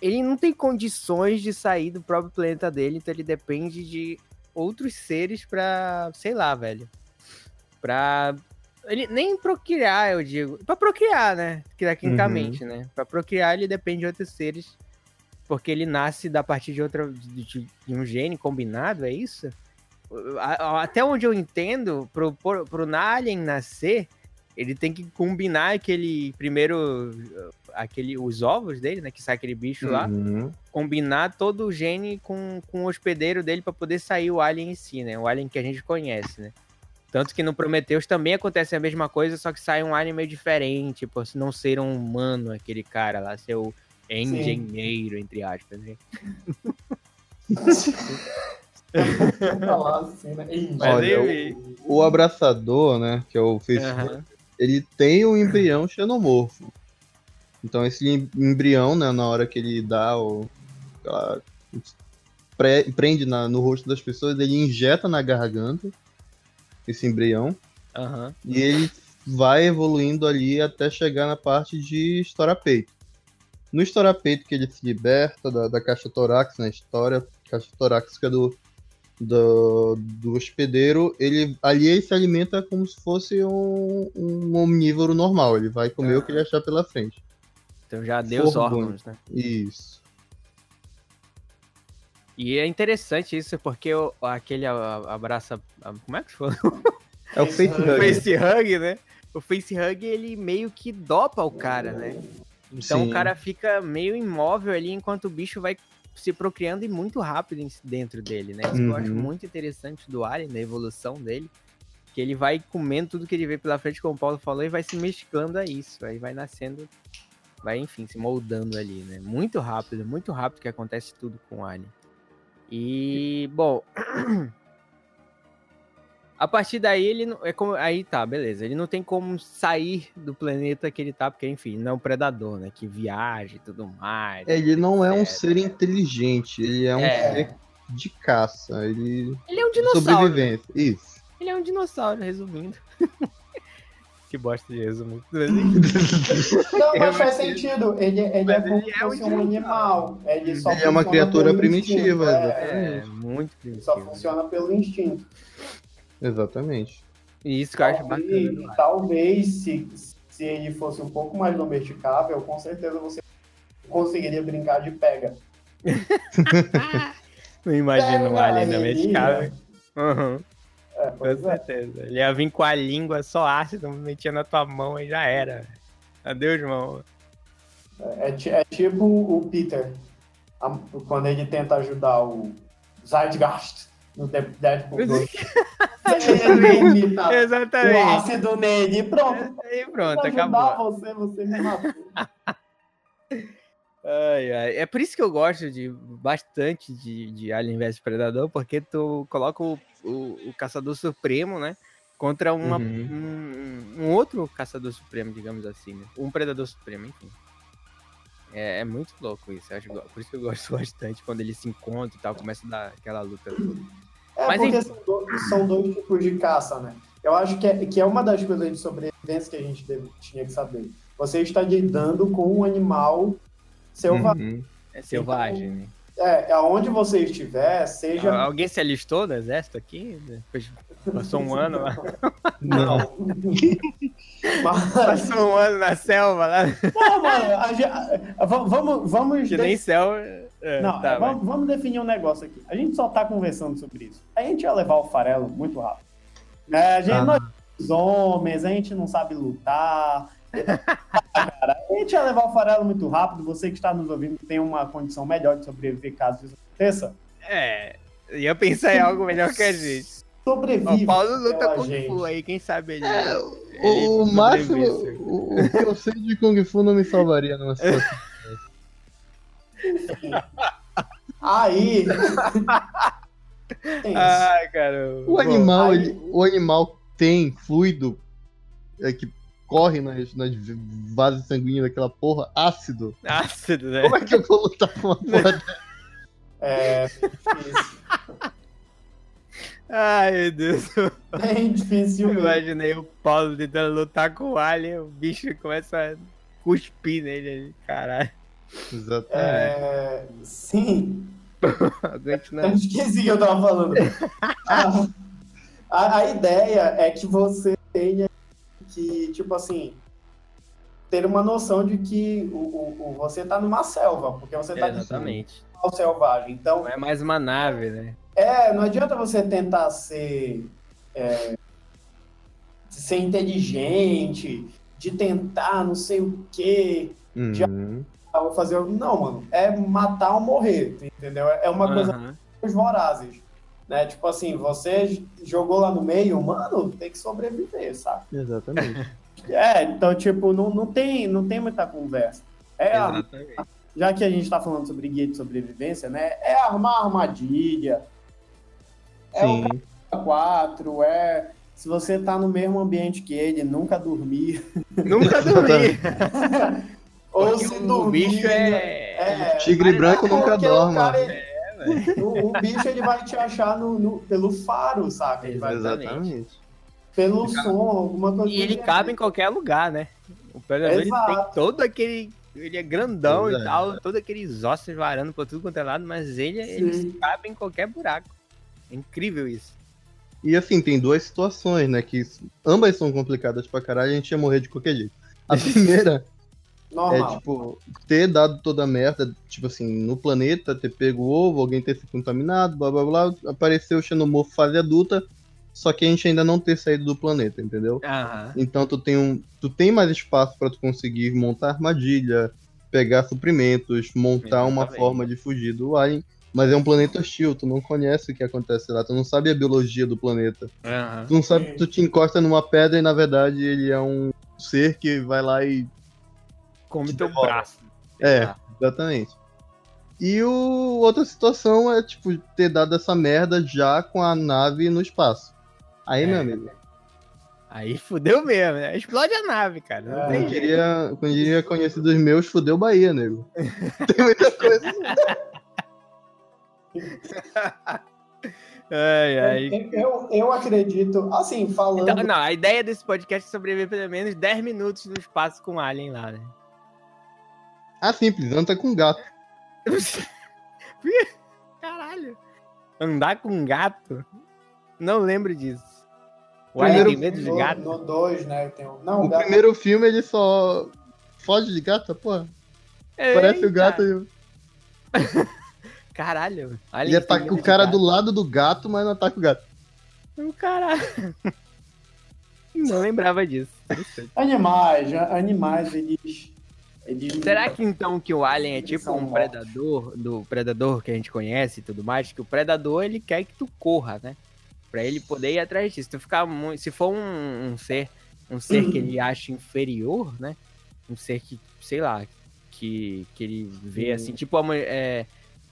Speaker 2: ele não tem condições de sair do próprio planeta dele, então ele depende de outros seres pra, sei lá, velho. Pra. Ele, nem procriar, eu digo. Pra procriar, né? Tecnicamente, né? Pra procriar, ele depende de outros seres. Porque ele nasce da partir de outra. de, de- de um gene combinado, é isso? A- a- Até onde eu entendo, pro, pro, pro Alien nascer, ele tem que combinar aquele. Primeiro. Aquele, os ovos dele, né? Que sai aquele bicho lá
Speaker 4: Uhum.
Speaker 2: combinar todo o gene com, com o hospedeiro dele para poder sair o alien em si, né? O alien que a gente conhece, né? Tanto que no Prometheus também acontece a mesma coisa, só que sai um alien meio diferente, por se não ser um humano aquele cara lá, ser o engenheiro, entre aspas, né?
Speaker 3: falar assim, né? Ih,
Speaker 2: Mas
Speaker 4: Olha,
Speaker 2: ele-
Speaker 4: O abraçador, né? Que é o face hug,
Speaker 2: Aham.
Speaker 4: ele tem um embrião xenomorfo. Então esse em- embrião, né, na hora que ele dá o a- pre- prende na- no rosto das pessoas, ele injeta na garganta esse embrião
Speaker 2: Aham.
Speaker 4: e ele vai evoluindo ali até chegar na parte de estourapeito. No estourapeito que ele se liberta da, da caixa torácica, na história caixa torácica do, do, do hospedeiro, ele ali ele se alimenta como se fosse um, um omnívoro normal, ele vai comer o que ele achar pela frente.
Speaker 2: Então já deu os
Speaker 4: Forgone.
Speaker 2: órgãos, né?
Speaker 4: Isso.
Speaker 2: E é interessante isso, porque o- aquele a- a- abraça. a- Como é que foi?
Speaker 4: É o face
Speaker 2: O
Speaker 4: hug.
Speaker 2: face hug, né? O face hug, ele meio que dopa o cara, né? Então
Speaker 4: Sim.
Speaker 2: o cara fica meio imóvel ali enquanto o bicho vai se procriando e muito rápido em- dentro dele, né? Isso que eu acho
Speaker 4: Uhum.
Speaker 2: muito interessante do Alien, da evolução dele. Que ele vai comendo tudo que ele vê pela frente, como o Paulo falou, e vai se mesclando a isso. Aí vai nascendo, vai, enfim, se moldando ali, né? Muito rápido, muito rápido que acontece tudo com o Alien. E, bom. *clears throat* A partir daí ele não, é como aí tá, beleza. Ele não tem como sair do planeta que ele tá, porque enfim, não é um predador, né, que viaja e tudo mais.
Speaker 4: Ele não é um
Speaker 2: É.
Speaker 4: ser inteligente, ele é um
Speaker 2: É.
Speaker 4: ser de caça, ele
Speaker 2: Ele é um
Speaker 4: de
Speaker 2: dinossauro.
Speaker 4: sobrevivência. Isso.
Speaker 2: Ele é um dinossauro, resumindo. *laughs* que bosta de resumo.
Speaker 3: Não, mas
Speaker 2: Realmente-
Speaker 3: faz sentido. Ele, ele é
Speaker 2: é Mas
Speaker 3: como
Speaker 2: ele
Speaker 3: se
Speaker 2: é um
Speaker 3: fosse um animal. Ele, só
Speaker 4: Ele é uma
Speaker 3: funciona
Speaker 4: criatura
Speaker 3: pelo
Speaker 4: primitiva,
Speaker 3: instinto, é.
Speaker 2: É, muito
Speaker 3: Ele só
Speaker 2: primitivo.
Speaker 3: funciona pelo instinto.
Speaker 4: Exatamente.
Speaker 2: E isso que eu acho bacana. né?
Speaker 3: Talvez,
Speaker 2: do
Speaker 3: talvez se, se ele fosse um pouco mais domesticável, com certeza você conseguiria brincar de pega.
Speaker 2: Não imagino um
Speaker 3: Pega,
Speaker 2: alien
Speaker 3: menina.
Speaker 2: domesticável. Uhum.
Speaker 3: É,
Speaker 2: Com
Speaker 3: pois é.
Speaker 2: certeza. Ele ia vir com a língua só ácida, metia na tua mão e já era. Adeus, irmão.
Speaker 3: É, ti- é tipo o Peter, a- quando ele tenta ajudar o Zeitgeist no The- Deadpool 2. Ele imita o
Speaker 2: Exatamente.
Speaker 3: ácido nele e pronto.
Speaker 2: E É. pronto,
Speaker 3: Pra ajudar
Speaker 2: acabou.
Speaker 3: você, você me matou.
Speaker 2: Ai, ai. É por isso que eu gosto de bastante de, de Alien vs Predador, porque tu coloca o, o, o Caçador Supremo, né? Contra uma,
Speaker 4: Uhum.
Speaker 2: um, um outro Caçador Supremo, digamos assim. né? Um Predador Supremo, enfim. É, é muito louco isso. eu acho- por isso que eu gosto *laughs* bastante quando eles se encontram e tal, começa a dar aquela luta toda.
Speaker 3: É,
Speaker 2: Mas,
Speaker 3: porque
Speaker 2: enfim.
Speaker 3: são dois, são dois tipos de caça, né? Eu acho que é, que é uma das coisas de sobrevivência que a gente deve- tinha que saber. Você está lidando com um animal selvagem.
Speaker 4: Uhum.
Speaker 2: É selvagem, né?
Speaker 3: É, aonde você estiver, seja.
Speaker 2: Al- Alguém se alistou no exército aqui? Depois passou um ano lá.
Speaker 4: Não.
Speaker 3: *laughs* Mas,
Speaker 2: Passou um ano na selva
Speaker 3: *laughs*
Speaker 2: lá.
Speaker 3: pô, mano, a gente- a- va- vamos. vamos
Speaker 2: Que
Speaker 3: de-
Speaker 2: nem selva. é,
Speaker 3: Não,
Speaker 2: tá, vai.
Speaker 3: vamos, vamos definir um negócio aqui. A gente só tá conversando sobre isso. A gente ia levar o farelo muito rápido. É, a gente,
Speaker 4: Ah.
Speaker 3: nós somos homens, a gente não sabe lutar. Ah, cara, a gente ia levar o farelo muito rápido. Você que está nos ouvindo tem uma condição melhor de sobreviver caso isso aconteça.
Speaker 2: É. Ia pensar em algo melhor que a gente. Ó,
Speaker 3: Sobrevive.
Speaker 2: O Paulo luta
Speaker 3: pela
Speaker 2: com
Speaker 3: gente.
Speaker 2: Fu aí, quem sabe ele.
Speaker 4: É,
Speaker 2: ele
Speaker 4: o, o
Speaker 2: sobrevive,
Speaker 4: máximo.
Speaker 2: assim.
Speaker 4: O, o que eu sei de Kung Fu não assim. me salvaria
Speaker 2: *laughs*
Speaker 4: numa situação.
Speaker 2: *laughs*
Speaker 3: Aí. *laughs* Tem isso.
Speaker 2: Ai, cara.
Speaker 4: O
Speaker 2: Bom, *laughs*
Speaker 4: animal,
Speaker 3: aí-
Speaker 4: ele, o animal tem fluido é, que corre nas, nas vasos sanguíneas daquela porra, ácido.
Speaker 2: Ácido, né?
Speaker 4: Como é que eu vou lutar
Speaker 2: *laughs*
Speaker 4: com uma porra dessa?
Speaker 3: É difícil.
Speaker 2: Ai, meu Deus.
Speaker 3: Bem difícil
Speaker 2: Eu
Speaker 3: mesmo.
Speaker 2: imaginei o Paulo tentando lutar com o Alien. O bicho começa a cuspir nele ali. Caralho.
Speaker 4: Exatamente.
Speaker 3: É, sim.
Speaker 2: Continua.
Speaker 3: Eu Né? *laughs* esqueci o que eu tava falando. A- a, a ideia é que você tenha que, tipo assim, ter uma noção de que o, o- o- você tá numa selva, porque você tá
Speaker 2: É, Exatamente.
Speaker 3: num animal selvagem. Então,
Speaker 2: Não é mais uma nave, né?
Speaker 3: é, não adianta você tentar ser, é, ser inteligente, de tentar não sei o quê,
Speaker 4: Uhum.
Speaker 3: ou fazer. Não, mano, é matar ou morrer, entendeu? É uma coisa
Speaker 2: Aham.
Speaker 3: os vorazes. Né? Tipo assim, você j- jogou lá no meio, mano, tem que sobreviver, sabe?
Speaker 2: *laughs*
Speaker 4: Exatamente.
Speaker 3: É, então, tipo, não, não, tem, não tem muita conversa. É, a-
Speaker 2: Exatamente.
Speaker 3: já que a gente tá falando sobre guia de sobrevivência, né? É armar armadilha, É o
Speaker 2: um
Speaker 4: Sim.
Speaker 3: é quatro, é. Se você tá no mesmo ambiente que ele,
Speaker 2: *laughs*
Speaker 3: nunca dormir. *laughs*
Speaker 2: Nunca dormi.
Speaker 3: Ou
Speaker 2: Porque
Speaker 3: se
Speaker 2: o
Speaker 3: dormir.
Speaker 2: bicho é.
Speaker 3: é,
Speaker 4: Tigre branco nunca
Speaker 3: porque o
Speaker 4: dorme. né?
Speaker 3: cara,
Speaker 4: mano.
Speaker 3: ele- o, o bicho ele vai te achar no, no- pelo faro, saca? Ele vai-
Speaker 2: Exatamente.
Speaker 4: Exatamente.
Speaker 3: pelo som, alguma coisa
Speaker 2: E
Speaker 3: do
Speaker 2: ele
Speaker 3: gênero.
Speaker 2: cabe em qualquer lugar, né? O Predador ele
Speaker 3: Exato.
Speaker 2: tem todo aquele. Ele é grandão
Speaker 4: Pois
Speaker 2: e
Speaker 4: é.
Speaker 2: tal, todos aqueles ossos varando por tudo quanto é lado, mas ele,
Speaker 3: Sim.
Speaker 2: ele cabe em qualquer buraco. É incrível isso.
Speaker 4: E assim, tem duas situações, né? Que ambas são complicadas pra caralho, a gente ia morrer de qualquer jeito.
Speaker 2: *laughs*
Speaker 4: A primeira é,
Speaker 3: Normal.
Speaker 4: tipo, ter dado toda a merda, tipo assim, no planeta, ter pego o ovo, alguém ter se contaminado, blá blá blá, apareceu o xenomorfo fase adulta, só que a gente ainda não ter saído do planeta, entendeu?
Speaker 2: Aham.
Speaker 4: Então tu tem um, tu tem mais espaço pra tu conseguir montar armadilha, pegar suprimentos, montar uma
Speaker 2: Exatamente.
Speaker 4: forma de fugir do alien, mas é um planeta hostil, tu não conhece o que acontece lá, tu não sabe a biologia do planeta.
Speaker 2: Aham.
Speaker 4: Tu não sabe, tu te encosta numa pedra e na verdade ele é um ser que vai lá e
Speaker 2: Come
Speaker 4: Te
Speaker 2: teu
Speaker 4: devora.
Speaker 2: braço. sei
Speaker 4: É.
Speaker 2: lá.
Speaker 4: Exatamente. E o outra situação é, tipo, ter dado essa merda já com a nave no espaço. Aí,
Speaker 2: É.
Speaker 4: meu amigo,
Speaker 2: Aí fudeu mesmo, né? Explode a nave, cara. Não
Speaker 3: É.
Speaker 4: quando
Speaker 2: tem jeito.
Speaker 4: diria, como diria conhecidos meus, fudeu
Speaker 2: *laughs*
Speaker 4: Bahia, nego. Tem muita coisa.
Speaker 2: Ai,
Speaker 4: é
Speaker 2: ai.
Speaker 3: Eu, eu acredito, assim, falando.
Speaker 2: Então, não, a ideia desse podcast é sobreviver pelo menos 10 minutos no espaço com o Alien lá, né?
Speaker 4: Ah, simples, anda com gato.
Speaker 2: Caralho. Andar com um gato? Não lembro disso. O Alien
Speaker 4: Primeiro-
Speaker 2: tem medo de
Speaker 3: no-
Speaker 2: gato?
Speaker 3: No 2, né? Tem um... Não,
Speaker 4: O
Speaker 3: gato-
Speaker 4: primeiro filme ele só foge de gato, porra. Parece o
Speaker 2: Eita,
Speaker 4: gato.
Speaker 2: Caralho. Alien
Speaker 4: Ele
Speaker 2: tem
Speaker 4: ataca
Speaker 2: medo
Speaker 4: o
Speaker 2: é de
Speaker 4: cara
Speaker 2: gato.
Speaker 4: do lado do gato, mas não ataca o gato.
Speaker 2: O caralho. *laughs* Não lembrava disso.
Speaker 3: Animais, a- animais, eles. eles...
Speaker 2: Será que então que o Alien é
Speaker 3: Eles
Speaker 2: tipo
Speaker 3: são
Speaker 2: um
Speaker 3: mortos.
Speaker 2: predador, do predador que a gente conhece e tudo mais, que o predador ele quer que tu corra, né? Pra ele poder ir atrás disso. Se, tu ficar mu- se for um, um ser, um ser que ele acha inferior, né? Um ser que, sei lá, que, que ele vê assim, tipo a mu- é,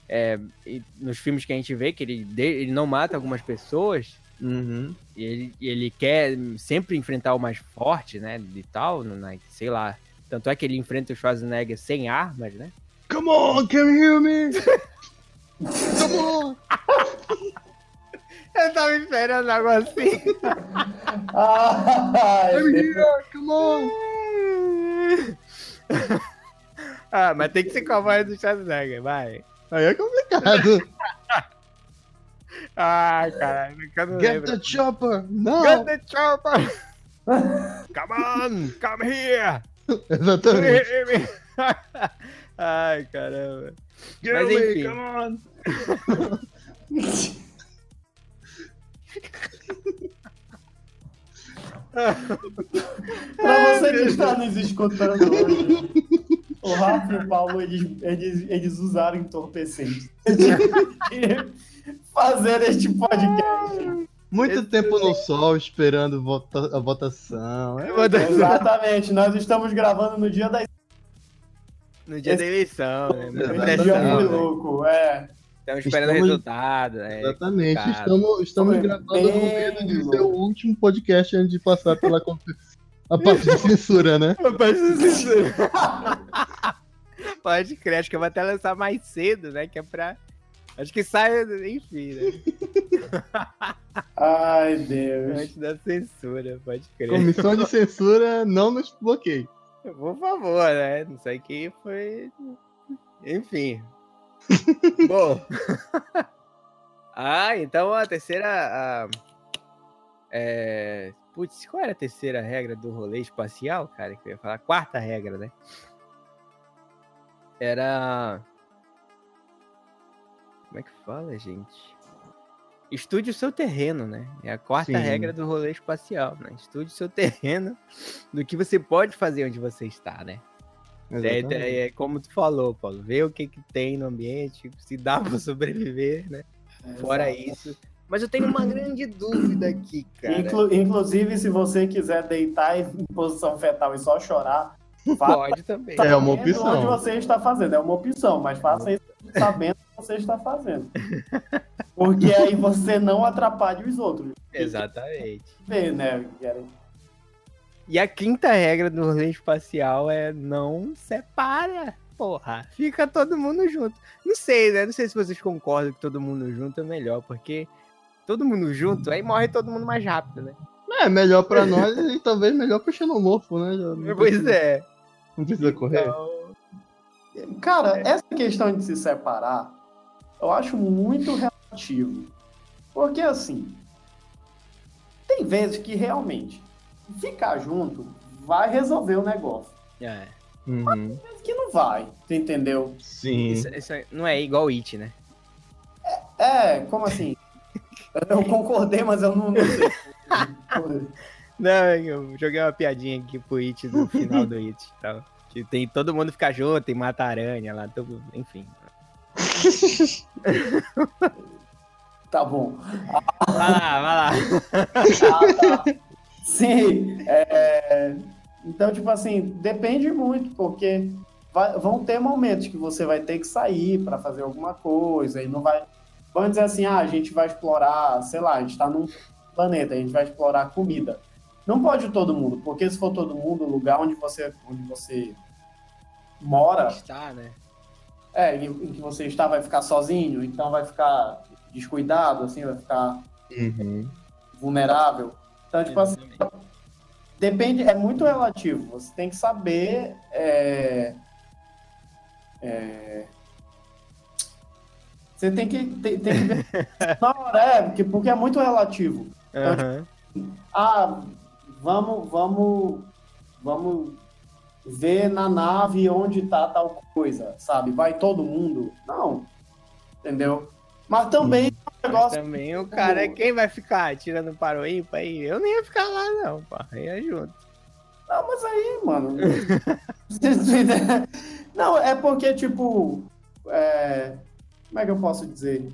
Speaker 2: é, e nos filmes que a gente vê que ele, de- ele não mata algumas pessoas,
Speaker 4: Uhum.
Speaker 2: e ele, e ele quer sempre enfrentar o mais forte, né? E tal, no- na, sei lá. Tanto é que ele enfrenta o Schwarzenegger sem armas, né?
Speaker 4: Come on, can you
Speaker 2: *laughs*
Speaker 4: hear me? Come on!
Speaker 2: Eu tava esperando algo *laughs* assim.
Speaker 3: Ah, *laughs*
Speaker 4: I'm here, come on!
Speaker 2: ah, mas tem que ser com a voz do Schwarzenegger, vai.
Speaker 4: Aí é complicado.
Speaker 2: Ah, caralho, eu não
Speaker 4: Get
Speaker 2: lembro.
Speaker 4: the chopper! Não!
Speaker 2: Get the
Speaker 4: *laughs*
Speaker 2: chopper! come on, come here!
Speaker 4: *laughs* Exatamente.
Speaker 2: *laughs* Ai, caramba.
Speaker 4: Get
Speaker 2: Mas
Speaker 4: away,
Speaker 2: enfim.
Speaker 4: come on!
Speaker 3: Pra você que está nos escutando hoje, o Rafa e o Paulo, eles, eles, eles usaram entorpecentes. *laughs* E Fazer este podcast.
Speaker 4: Muito
Speaker 2: Esse
Speaker 4: tempo no sol esperando vota- a votação. É,
Speaker 3: Exatamente, nós estamos gravando no dia da
Speaker 2: No dia da eleição, né? Muita
Speaker 4: Exatamente.
Speaker 3: Esse dia
Speaker 2: pressão,
Speaker 3: foi
Speaker 2: né?
Speaker 3: louco, é.
Speaker 2: Estamos esperando
Speaker 4: Estamos-
Speaker 2: resultado, né?
Speaker 4: exatamente.
Speaker 2: Cara.
Speaker 4: Estamos, estamos
Speaker 3: Foi
Speaker 4: gravando
Speaker 3: bem
Speaker 4: no medo de ser o
Speaker 3: louco.
Speaker 4: último podcast antes de passar pela con- a parte de
Speaker 2: *laughs*
Speaker 4: censura, né?
Speaker 2: Pode crer, acho que eu vou até lançar mais cedo, né? Que é pra. Acho que sai, enfim, né?
Speaker 3: Ai, Deus.
Speaker 2: Antes da censura, pode crer.
Speaker 4: Comissão de censura, não nos bloqueie.
Speaker 2: Por favor, né? Isso aqui foi. Enfim. Bom. *laughs* ah, então a terceira. a- é, Putz, qual era a terceira regra do rolê espacial, cara? Que eu ia falar. Quarta regra, né? Era. Como é que fala, gente? Estude o seu terreno, né? É a quarta
Speaker 4: Sim.
Speaker 2: regra do rolê espacial, né? Estude o seu *laughs* terreno do que você pode fazer onde você está, né? É,
Speaker 4: Exatamente.
Speaker 2: é como tu falou, Paulo, ver o que, que tem no ambiente, se dá *laughs* pra sobreviver, né? Fora isso. Mas eu tenho uma grande dúvida aqui, cara.
Speaker 3: Inclu- inclusive, se você quiser deitar em posição fetal e só chorar, faça
Speaker 2: Pode também.
Speaker 4: É uma
Speaker 3: sabendo
Speaker 4: opção.
Speaker 3: onde você está fazendo. É uma opção, mas faça isso sabendo o que você está
Speaker 4: *laughs*
Speaker 3: fazendo. Porque aí você não atrapalha os outros.
Speaker 2: Exatamente.
Speaker 3: Vê, né, Guilherme?
Speaker 2: E a quinta regra do rolê espacial é não separa, porra. Fica todo mundo junto. Não sei, né? Não sei se vocês concordam que todo mundo junto é melhor, porque todo mundo junto, aí morre todo mundo mais rápido, né?
Speaker 4: É, melhor pra nós e talvez melhor pro xenomorfo, né? Já não
Speaker 2: Pois
Speaker 4: precisa-
Speaker 2: é.
Speaker 4: Não precisa correr.
Speaker 2: Então,
Speaker 3: Cara, essa questão de se separar, eu acho muito relativo. Porque assim, tem vezes que realmente ficar junto vai resolver o negócio.
Speaker 2: é.
Speaker 4: Uhum.
Speaker 3: Tem vezes que não vai, tu entendeu?
Speaker 4: Sim.
Speaker 2: Isso, isso não é igual It, né?
Speaker 3: É, como assim? Eu concordei, mas eu não, não sei.
Speaker 2: Não, eu joguei uma piadinha aqui pro It do final do It e tal. Que tem todo mundo ficar junto e mata a aranha lá, tudo, enfim.
Speaker 3: Tá bom.
Speaker 2: Vai lá, vai lá.
Speaker 3: Ah, tá. Sim. é, Então, tipo assim, depende muito, porque vai- vão ter momentos que você vai ter que sair para fazer alguma coisa e não vai. Vamos dizer assim, ah, a gente vai explorar, sei lá, a gente está num planeta, a gente vai explorar comida. Não pode todo mundo, porque se for todo mundo, o lugar onde você, onde você mora,
Speaker 2: Está, né?
Speaker 3: é, em em que você está vai ficar sozinho, então vai ficar descuidado, assim, vai ficar
Speaker 4: Uhum.
Speaker 3: vulnerável. Então, tipo assim,
Speaker 2: Exatamente.
Speaker 3: depende, é muito relativo. Você tem que saber. é, é, você tem que, tem, tem que ver. Na hora, é, porque, porque é muito relativo.
Speaker 2: Aham.
Speaker 3: ah, vamos, vamos, vamos ver na nave onde tá tal coisa, sabe? Vai todo mundo? Não, entendeu? Mas também
Speaker 2: Uhum.
Speaker 3: é um
Speaker 2: Mas
Speaker 3: negócio.
Speaker 2: Também o cara, quem vai ficar tirando para o ímpar aí? Eu nem ia ficar lá, não, pá. Eu ia junto.
Speaker 3: Não, mas aí,
Speaker 2: *laughs*
Speaker 3: mano. *laughs* não, é porque, tipo. é, Como é que eu posso dizer?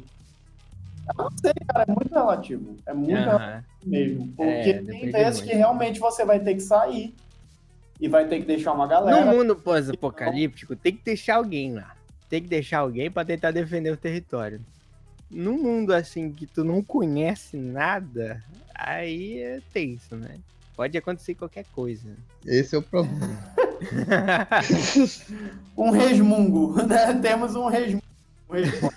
Speaker 3: Eu não sei, cara, é muito relativo. É muito relativo
Speaker 2: Aham.
Speaker 3: mesmo. Porque
Speaker 2: É,
Speaker 3: tem
Speaker 2: depende
Speaker 3: vezes
Speaker 2: muito.
Speaker 3: que realmente você vai ter que sair. E vai ter que deixar uma
Speaker 2: No
Speaker 3: galera.
Speaker 2: mundo pós-apocalíptico, tem que deixar alguém lá. Tem que deixar alguém pra tentar defender o território. No mundo assim que tu não conhece nada, aí é tenso, né? Pode acontecer qualquer coisa. *laughs*
Speaker 4: Esse é o problema.
Speaker 3: um resmungo, *laughs* né? Temos um resmungo. Um resmungo.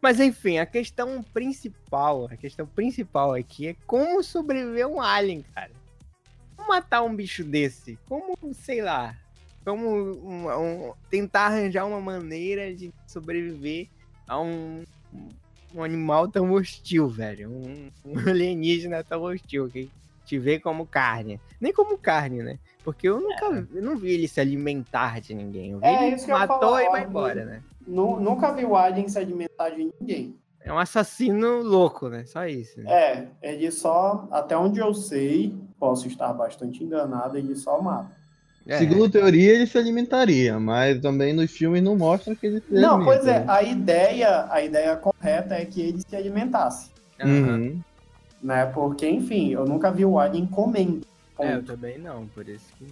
Speaker 2: Mas enfim, a questão principal, a questão principal aqui é como sobreviver um alien, cara. Como matar um bicho desse? Como, sei lá, como um- um- tentar arranjar uma maneira de sobreviver a um, um animal tão hostil, velho. Um, um *laughs* alienígena tão hostil que te vê como carne. Nem como carne, né? Porque eu nunca eu não vi ele se alimentar de ninguém. Eu vi
Speaker 3: É,
Speaker 2: ele
Speaker 3: isso que eu ia
Speaker 2: matou
Speaker 3: falar,
Speaker 2: e vai
Speaker 3: ó,
Speaker 2: embora, né?
Speaker 3: Nu- Nunca vi o Alien se alimentar de ninguém.
Speaker 2: É um assassino louco, né? Só isso. Né?
Speaker 3: É, ele só, até onde eu sei, posso estar bastante enganado, ele só mata.
Speaker 2: É.
Speaker 4: Segundo teoria, ele se alimentaria, mas também nos filmes não mostra que ele se
Speaker 3: Não,
Speaker 4: alimenta,
Speaker 3: pois é,
Speaker 4: né?
Speaker 3: a ideia, a ideia correta é que ele se alimentasse,
Speaker 2: é, Aham.
Speaker 4: Uhum.
Speaker 3: né? Porque, enfim, eu nunca vi o Alien comendo.
Speaker 2: É,
Speaker 3: Ponto.
Speaker 2: eu também não, por isso que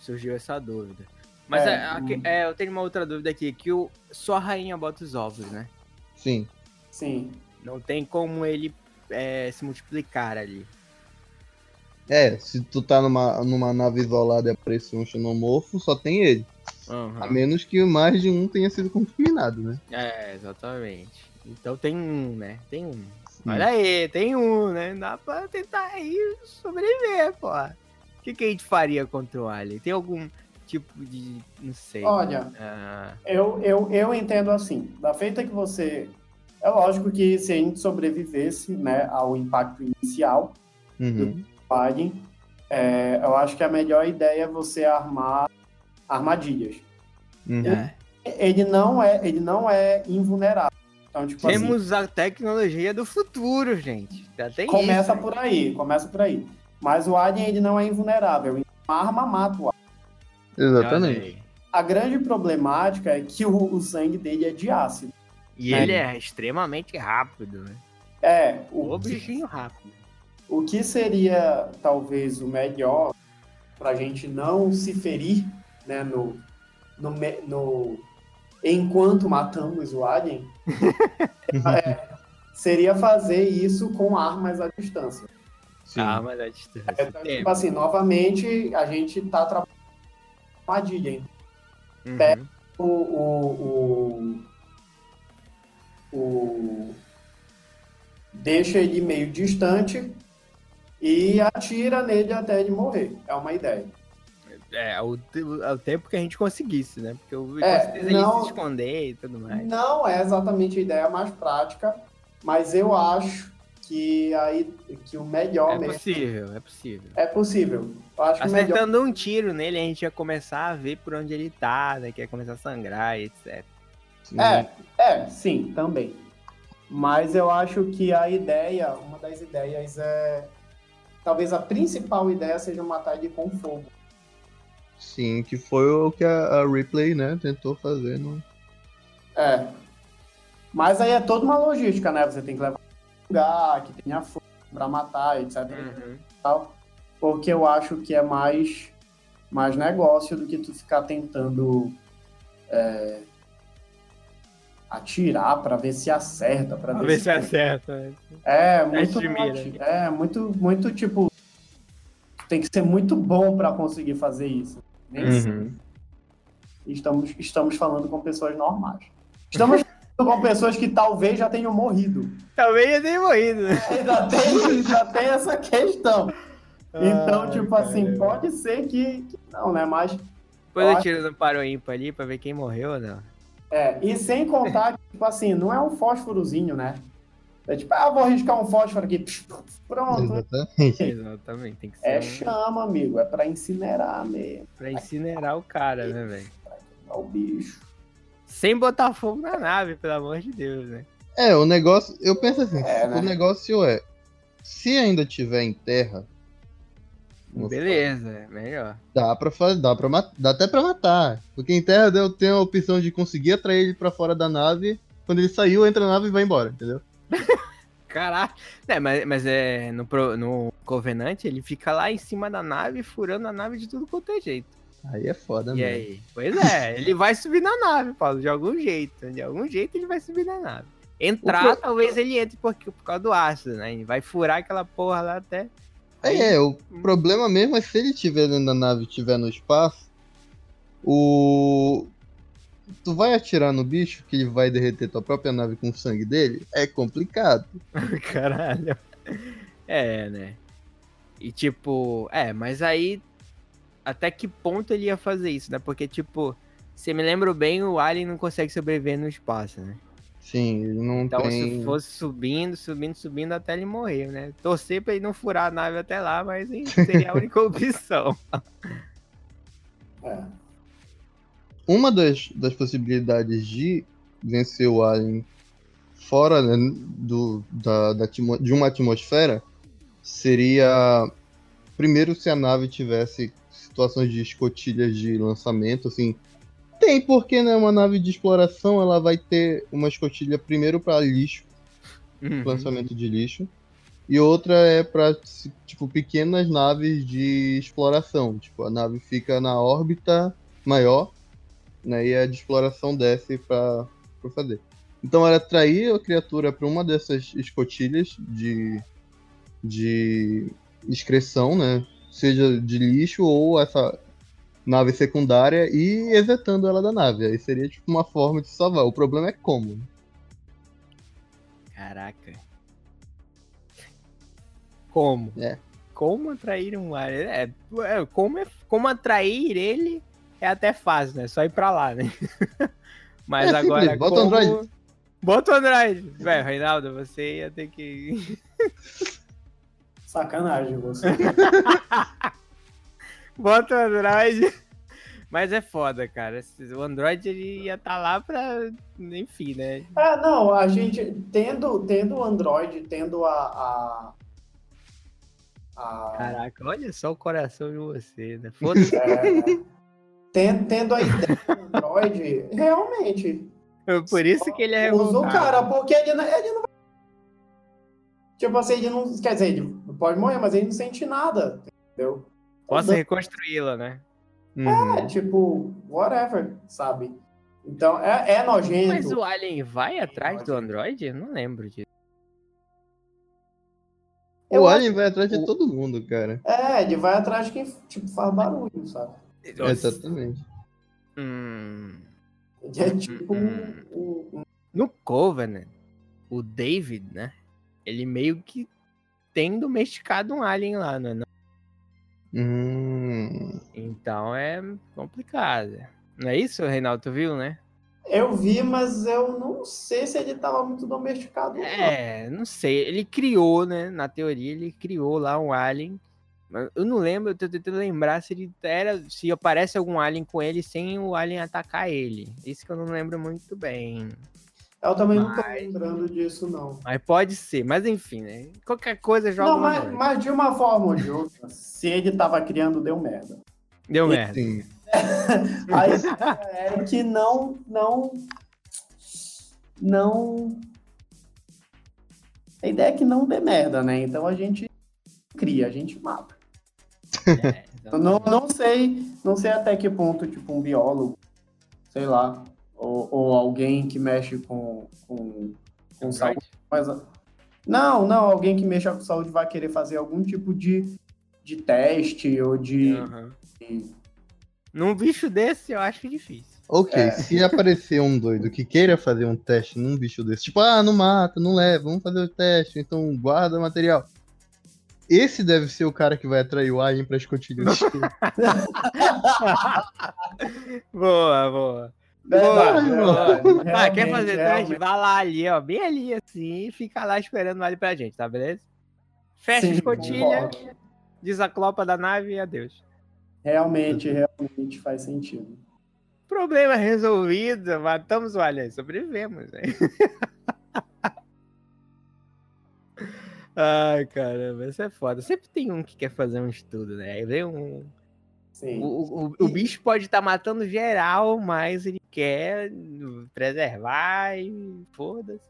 Speaker 2: surgiu essa dúvida. Mas
Speaker 3: É,
Speaker 2: é, a que-
Speaker 3: hum.
Speaker 2: é, eu tenho uma outra dúvida aqui, que o, só a rainha bota os ovos, né?
Speaker 4: Sim.
Speaker 3: Sim.
Speaker 2: Não tem como ele é, se multiplicar ali.
Speaker 4: É, se tu tá numa, numa nave isolada e aparecer um xenomorfo, só tem ele. A
Speaker 2: Ah.
Speaker 4: menos que mais de um tenha sido contaminado, né?
Speaker 2: É, exatamente. Então tem um, né? Tem um. Olha aí, tem um, né? Dá pra tentar aí sobreviver, pô. O que, que a gente faria contra o Alien? Tem algum tipo de. não sei.
Speaker 3: Olha,
Speaker 2: ah,
Speaker 3: Eu, eu, eu entendo assim, da feita que você. É lógico que se a gente sobrevivesse né, ao impacto inicial
Speaker 4: Uhum.
Speaker 3: do Alien, é, eu acho que a melhor ideia é você armar armadilhas.
Speaker 4: Uhum.
Speaker 2: é.
Speaker 3: Ele não é, ele não é invulnerável. Então, tipo assim,
Speaker 2: Temos a tecnologia do futuro, gente. Já tem
Speaker 3: começa
Speaker 2: isso.
Speaker 3: por aí, começa por aí. Mas o Alien ele não é invulnerável. Então, a arma mata o Alien.
Speaker 4: Exatamente.
Speaker 2: Olha aí.
Speaker 3: A grande problemática é que o, o sangue dele é de ácido.
Speaker 2: E ele é extremamente rápido, né?
Speaker 3: É,
Speaker 2: O
Speaker 3: o,
Speaker 2: bichinho rápido.
Speaker 3: O que seria talvez o melhor para a gente não se ferir, né, no, no, me- no- enquanto matamos o alien, é, seria fazer isso com armas à distância.
Speaker 4: Sim.
Speaker 2: Ah, mas a distância.
Speaker 3: É, então,
Speaker 2: Tempo.
Speaker 3: tipo assim, novamente a gente está trabalhando com armadilha. hein?
Speaker 2: Uhum.
Speaker 3: O, o, o, o- deixa ele meio distante e atira nele até ele morrer. É uma ideia.
Speaker 2: É, o, te- o tempo que a gente conseguisse, né? Porque eu vi
Speaker 3: É,
Speaker 2: ele
Speaker 3: não-
Speaker 2: se esconder e tudo mais.
Speaker 3: Não é exatamente a ideia mais prática, mas eu acho que, aí, que o melhor
Speaker 2: É
Speaker 3: mesmo
Speaker 2: possível, é possível.
Speaker 3: é possível. Eu acho que o melhor
Speaker 2: Acertando um tiro nele, a gente ia começar a ver por onde ele tá, né? Que ia começar a sangrar e etc.
Speaker 4: Sim.
Speaker 3: é, é, sim, também. Mas eu acho que a ideia, uma das ideias é talvez a principal ideia seja matar ele com fogo.
Speaker 4: Sim, que foi o que a, a Ripley, né, tentou fazer no.
Speaker 3: É. Mas aí é toda uma logística, né? Você tem que levar um lugar que tenha fogo para matar, etc.
Speaker 2: Uhum.
Speaker 3: tal, porque eu acho que é mais, mais negócio do que tu ficar tentando é, atirar pra ver se acerta, pra
Speaker 2: Pra
Speaker 3: ver,
Speaker 2: ver se acerta. né?
Speaker 3: é muito
Speaker 2: de mira.
Speaker 3: é muito muito tipo tem que ser muito bom pra conseguir fazer isso.
Speaker 2: Uhum.
Speaker 3: Nem se- Estamos estamos falando com pessoas normais. Estamos com pessoas que talvez já tenham morrido.
Speaker 2: Talvez eu tenha morrido, né?
Speaker 3: Ainda tem, ainda tem essa questão. Então,
Speaker 2: Ai,
Speaker 3: tipo
Speaker 2: cara.
Speaker 3: assim, pode ser que, que não, né? Mas
Speaker 2: Depois eu
Speaker 3: eu acho-
Speaker 2: tiro no paro ímpar ali pra ver quem morreu ou não.
Speaker 3: É, e sem contar, que, tipo assim, não é um fósforozinho, né? É tipo, ah, vou arriscar um fósforo aqui. Pronto.
Speaker 4: Exatamente.
Speaker 2: Exatamente, tem que ser
Speaker 3: É
Speaker 2: um-
Speaker 3: chama, amigo. É pra incinerar mesmo.
Speaker 2: pra incinerar o cara, né, velho?
Speaker 3: É o bicho.
Speaker 2: Sem botar fogo na nave, pelo amor de Deus, né?
Speaker 4: É, o negócio. Eu penso assim,
Speaker 3: É, né?
Speaker 4: o negócio é. Se ainda tiver em terra, Nossa.
Speaker 2: Beleza, é melhor.
Speaker 4: dá pra fazer. Dá, pra, ma- dá até pra matar. Porque em terra eu tenho a opção de conseguir atrair ele pra fora da nave. Quando ele saiu, entra na nave e vai embora, entendeu?
Speaker 2: Caraca. É, mas, mas é no, pro- no Covenant ele fica lá em cima da nave, furando a nave de tudo quanto é jeito.
Speaker 4: Aí é foda,
Speaker 2: E
Speaker 4: né?
Speaker 2: aí? Pois é, ele vai subir na nave, Paulo, de algum jeito. De algum jeito ele vai subir na nave. Entrar, talvez ele entre por, por causa do ácido, né? Ele vai furar aquela porra lá até.
Speaker 4: É, é, o problema mesmo é se ele estiver dentro da nave e estiver no espaço, o. Tu vai atirar no bicho que ele vai derreter tua própria nave com o sangue dele? É complicado.
Speaker 2: *laughs* Caralho. É, né? E tipo, é, mas aí até que ponto ele ia fazer isso, né? Porque, tipo, se me lembro bem, o Alien não consegue sobreviver no espaço, né?
Speaker 4: Sim, ele não
Speaker 2: Então,
Speaker 4: tem.
Speaker 2: se fosse subindo, subindo, subindo até ele morrer, né? Torcer pra ele não furar a nave até lá, mas hein, seria a única *laughs* opção.
Speaker 3: É.
Speaker 4: Uma das, das possibilidades de vencer o Alien fora né, do, da, da atmo- de uma atmosfera seria primeiro se a nave tivesse situações de escotilhas de lançamento, assim. Tem porque né, uma nave de exploração ela vai ter uma escotilha primeiro para lixo,
Speaker 2: Uhum.
Speaker 4: lançamento de lixo, e outra é para tipo pequenas naves de exploração, tipo a nave fica na órbita maior né, e a de exploração desce para fazer. Então era atrair a criatura para uma dessas escotilhas de, de excreção, né, seja de lixo ou essa nave secundária e exetando ela da nave. Aí seria tipo uma forma de salvar. O problema é como. né?
Speaker 2: Caraca. Como?
Speaker 4: É.
Speaker 2: Como atrair um alien? É, é, como, é- como atrair ele é até fácil, né? Só ir pra lá, né? *laughs* Mas
Speaker 4: É
Speaker 2: agora.
Speaker 4: simples, bota o
Speaker 2: como-
Speaker 4: Android.
Speaker 2: Bota o Android. Velho, Reinaldo, você ia ter que. *laughs*
Speaker 3: Sacanagem você.
Speaker 2: Bota o Android. Mas é foda, cara. Esse- O Android ele ia estar lá pra. Enfim, né?
Speaker 3: Ah, não, a gente tendo, tendo o Android, tendo a. a, a
Speaker 2: Caraca, olha só o coração de você, *laughs* né? Foda-se.
Speaker 3: é, tendo, tendo a ideia do Android, *laughs* realmente,
Speaker 2: Por isso que ele é
Speaker 3: Usa o
Speaker 2: revoltado.
Speaker 3: cara, porque ele não, ele não vai. Tipo assim, ele não. Quer dizer, ele pode morrer, mas ele não sente nada. Entendeu?
Speaker 2: Posso reconstruí-la, né?
Speaker 3: É, tipo, whatever, sabe? Então, é, é
Speaker 2: Mas
Speaker 3: nojento.
Speaker 2: o Alien vai atrás do Android? Eu não lembro disso.
Speaker 3: Eu
Speaker 4: O
Speaker 3: acho-
Speaker 4: Alien vai atrás de
Speaker 2: o-
Speaker 4: todo mundo, cara.
Speaker 3: É, ele vai atrás de quem tipo, faz barulho, sabe? *laughs*
Speaker 4: Exatamente.
Speaker 2: Hum,
Speaker 3: Ele é tipo um- um-
Speaker 2: no Covenant, o David, né? Ele meio que tem domesticado um Alien lá, né? não?
Speaker 4: Hum.
Speaker 2: Então é complicado. Não é isso, Reinaldo? Tu viu, né?
Speaker 3: Eu vi, mas eu não sei se ele tava muito domesticado. ou não.
Speaker 2: É, não sei. Ele criou, né? Na teoria, ele criou lá um Alien. Mas Eu não lembro, eu tô tentando lembrar se ele era. Se aparece algum Alien com ele sem o Alien atacar ele. Isso que eu não lembro muito bem.
Speaker 3: Eu também não tô lembrando disso, não.
Speaker 2: Mas pode ser, mas enfim, né? Qualquer coisa joga.
Speaker 3: Não,
Speaker 2: um
Speaker 3: mas,
Speaker 2: Android.
Speaker 3: mas de uma forma ou de outra, se ele tava criando, deu merda.
Speaker 2: Deu
Speaker 3: *laughs*
Speaker 2: merda.
Speaker 4: Sim.
Speaker 2: *laughs*
Speaker 3: A ideia é que não, não, não. A ideia é que não dê merda, né? Então a gente cria, a gente mata.
Speaker 2: É,
Speaker 3: Eu não, não sei, não sei até que ponto, tipo, um biólogo, sei lá, ou, ou alguém que mexe com, com, com saúde.
Speaker 2: Android?
Speaker 3: Mas, não, não, alguém que mexa com saúde vai querer fazer algum tipo de, de teste ou de.
Speaker 2: É. Aham. Num bicho desse, eu acho difícil.
Speaker 4: Ok,
Speaker 3: É.
Speaker 4: se aparecer um doido que queira fazer um teste num bicho desse, tipo, ah, não mata, não leva, vamos fazer o teste, então guarda material. Esse deve ser o cara que vai atrair o Alien para escotilhas.
Speaker 3: *laughs*
Speaker 2: Boa, boa.
Speaker 3: Verdade,
Speaker 4: Boa,
Speaker 3: verdade.
Speaker 2: Ah, Né, quer fazer
Speaker 3: É, Realmente,
Speaker 2: teste? Vai lá ali, ó, bem ali assim, e fica lá esperando ali pra gente, tá beleza? Fecha a
Speaker 3: Sim,
Speaker 2: escotilha,
Speaker 3: concordo.
Speaker 2: desaclopa da nave e adeus.
Speaker 3: Realmente, realmente faz sentido.
Speaker 2: Problema resolvido, matamos o alien, sobrevivemos, né? *laughs* Ai, caramba, isso é foda. Sempre tem um que quer fazer um estudo, né? Aí vem um,
Speaker 3: Sim.
Speaker 2: O, o- o- o bicho pode estar matando geral, mas ele quer preservar e foda-se.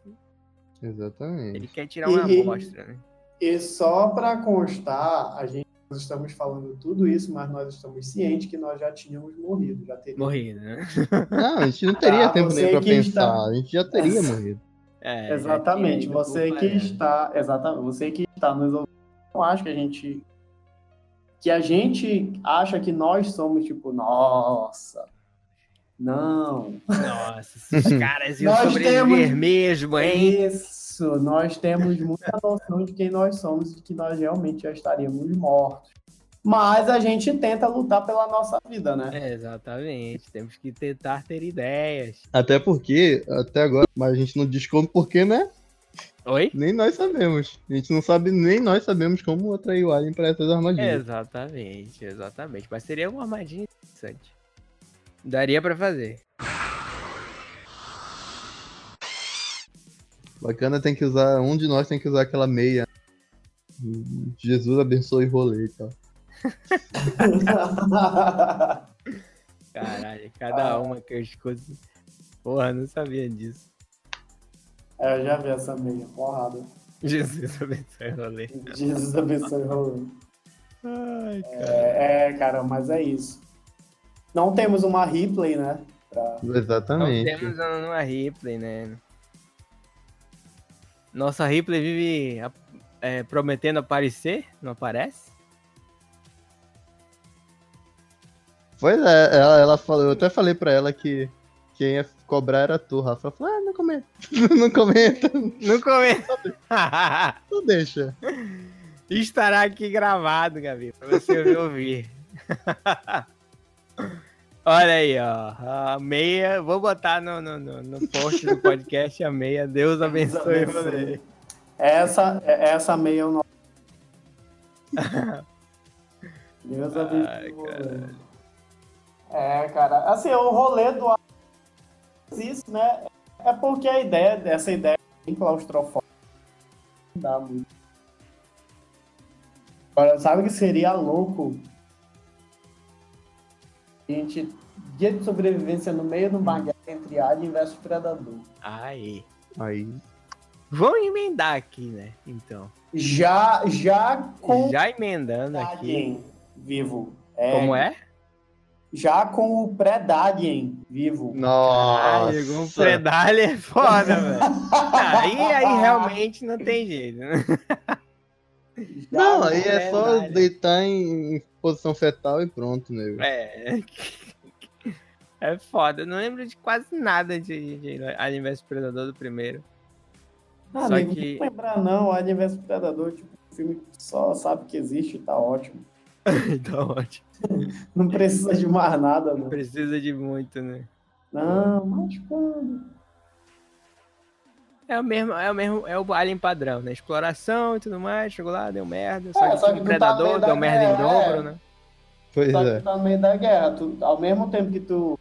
Speaker 2: Ele
Speaker 4: Exatamente.
Speaker 2: quer tirar uma
Speaker 3: E-
Speaker 2: amostra, né?
Speaker 3: E só para constar, a gente nós estamos falando tudo isso, mas nós estamos cientes que nós já tínhamos morrido, já teríamos.
Speaker 2: Morrido, né?
Speaker 4: Não, a gente não teria
Speaker 3: Ah,
Speaker 4: tempo
Speaker 3: você
Speaker 4: nem pra
Speaker 3: que tá-
Speaker 4: pensar,
Speaker 3: está-
Speaker 4: a gente já teria morrido.
Speaker 2: É, já
Speaker 3: Exatamente.
Speaker 2: tinha ido
Speaker 3: Você
Speaker 2: pro
Speaker 3: que
Speaker 2: planeta.
Speaker 3: está, exatamente, você que está nos ouvindo, não acho que a gente que a gente acha que nós somos tipo, nossa. Não.
Speaker 2: Nossa,
Speaker 3: *laughs*
Speaker 2: esses caras iam
Speaker 3: Nós
Speaker 2: sobreviver
Speaker 3: temos-
Speaker 2: mesmo,
Speaker 3: É
Speaker 2: hein?
Speaker 3: isso. Nós temos muita noção de quem nós somos e de que nós realmente já estaríamos mortos. Mas a gente tenta lutar pela nossa vida, né?
Speaker 2: É, exatamente. Temos que tentar ter ideias.
Speaker 4: Até porque, até agora, mas a gente não diz como porque, né?
Speaker 2: Oi?
Speaker 4: Nem nós sabemos. A gente não sabe, nem nós sabemos como atrair o Alien pra essas
Speaker 2: É,
Speaker 4: armadilhas.
Speaker 2: Exatamente, exatamente. Mas seria uma armadilha interessante. Daria pra fazer.
Speaker 4: Bacana tem que usar, um de nós tem que usar aquela meia. Jesus abençoe o rolê, tá?
Speaker 2: É. Caralho, cada
Speaker 3: Ah.
Speaker 2: uma que eu escuto. Porra, não sabia disso.
Speaker 3: *laughs* É, eu já vi essa meia porrada.
Speaker 2: Jesus abençoe o rolê.
Speaker 3: Jesus abençoe o rolê.
Speaker 2: Ai, cara.
Speaker 3: É, é, cara, mas é isso. Não temos uma replay, né? Pra-
Speaker 2: Não
Speaker 4: Exatamente.
Speaker 2: temos uma Ripley, né? Nossa Ripley vive a- é, prometendo aparecer, não aparece?
Speaker 4: Pois é, ela, ela falou, eu até falei pra ela que quem ia cobrar era tu, Rafa. Ela falou, ah, não comenta. *laughs* não comenta,
Speaker 2: Não comenta.
Speaker 4: não deixa.
Speaker 2: *laughs* Estará aqui gravado, Gabi, pra você me ouvir. *laughs* Olha aí, ó. A meia, vou botar no, no, no, no post do podcast a meia. Deus abençoe você.
Speaker 3: Essa, é- essa meia eu não. Deus
Speaker 2: Ai,
Speaker 3: abençoe. o rolê. É, cara. Assim, o rolê do isso, né? É porque a ideia, essa ideia é bem claustrofóbica. Não dá muito. Agora, sabe o que seria louco? A gente, dia de sobrevivência no meio de uma guerra entre alien versus predador.
Speaker 2: Aí.
Speaker 4: Aí,
Speaker 2: Vamos emendar aqui, né? Então.
Speaker 3: Já, já com
Speaker 2: Já emendando aqui.
Speaker 3: Predadien vivo. É,
Speaker 2: Como é?
Speaker 3: Já com o Predadien vivo.
Speaker 2: Ah, chegou um
Speaker 4: nossa.
Speaker 2: predalho é foda, velho. Aí,
Speaker 3: *laughs*
Speaker 2: aí realmente não tem jeito, né?
Speaker 3: Já
Speaker 4: Não,
Speaker 3: com
Speaker 4: aí é só
Speaker 2: Verdade.
Speaker 4: deitar em, em posição fetal e pronto, nego.
Speaker 2: É. É foda. Eu não lembro de quase nada de, de Alien vs Predador do
Speaker 3: *laughs*
Speaker 2: primeiro.
Speaker 3: Ah,
Speaker 2: Só
Speaker 3: amigo,
Speaker 2: que-
Speaker 3: não lembrar não, Alien vs Predador, tipo, um filme que só sabe que existe, tá ótimo. Tá
Speaker 2: Então, ótimo.
Speaker 3: Não precisa de mais nada,
Speaker 2: Não
Speaker 3: não.
Speaker 2: precisa de muito, né?
Speaker 3: Não, mas quando?
Speaker 2: É o mesmo, é o mesmo, é o Alien padrão, né? Exploração e tudo mais, chegou lá, deu merda.
Speaker 3: É,
Speaker 2: Só que,
Speaker 3: só
Speaker 2: tinha
Speaker 3: que
Speaker 2: um
Speaker 3: não tá
Speaker 2: Predador
Speaker 3: bem da
Speaker 2: deu merda em
Speaker 3: guerra,
Speaker 2: dobro,
Speaker 3: é.
Speaker 2: né?
Speaker 4: Pois
Speaker 3: Só que
Speaker 4: é.
Speaker 3: tu tá no meio da guerra. Tu, ao mesmo tempo que tu.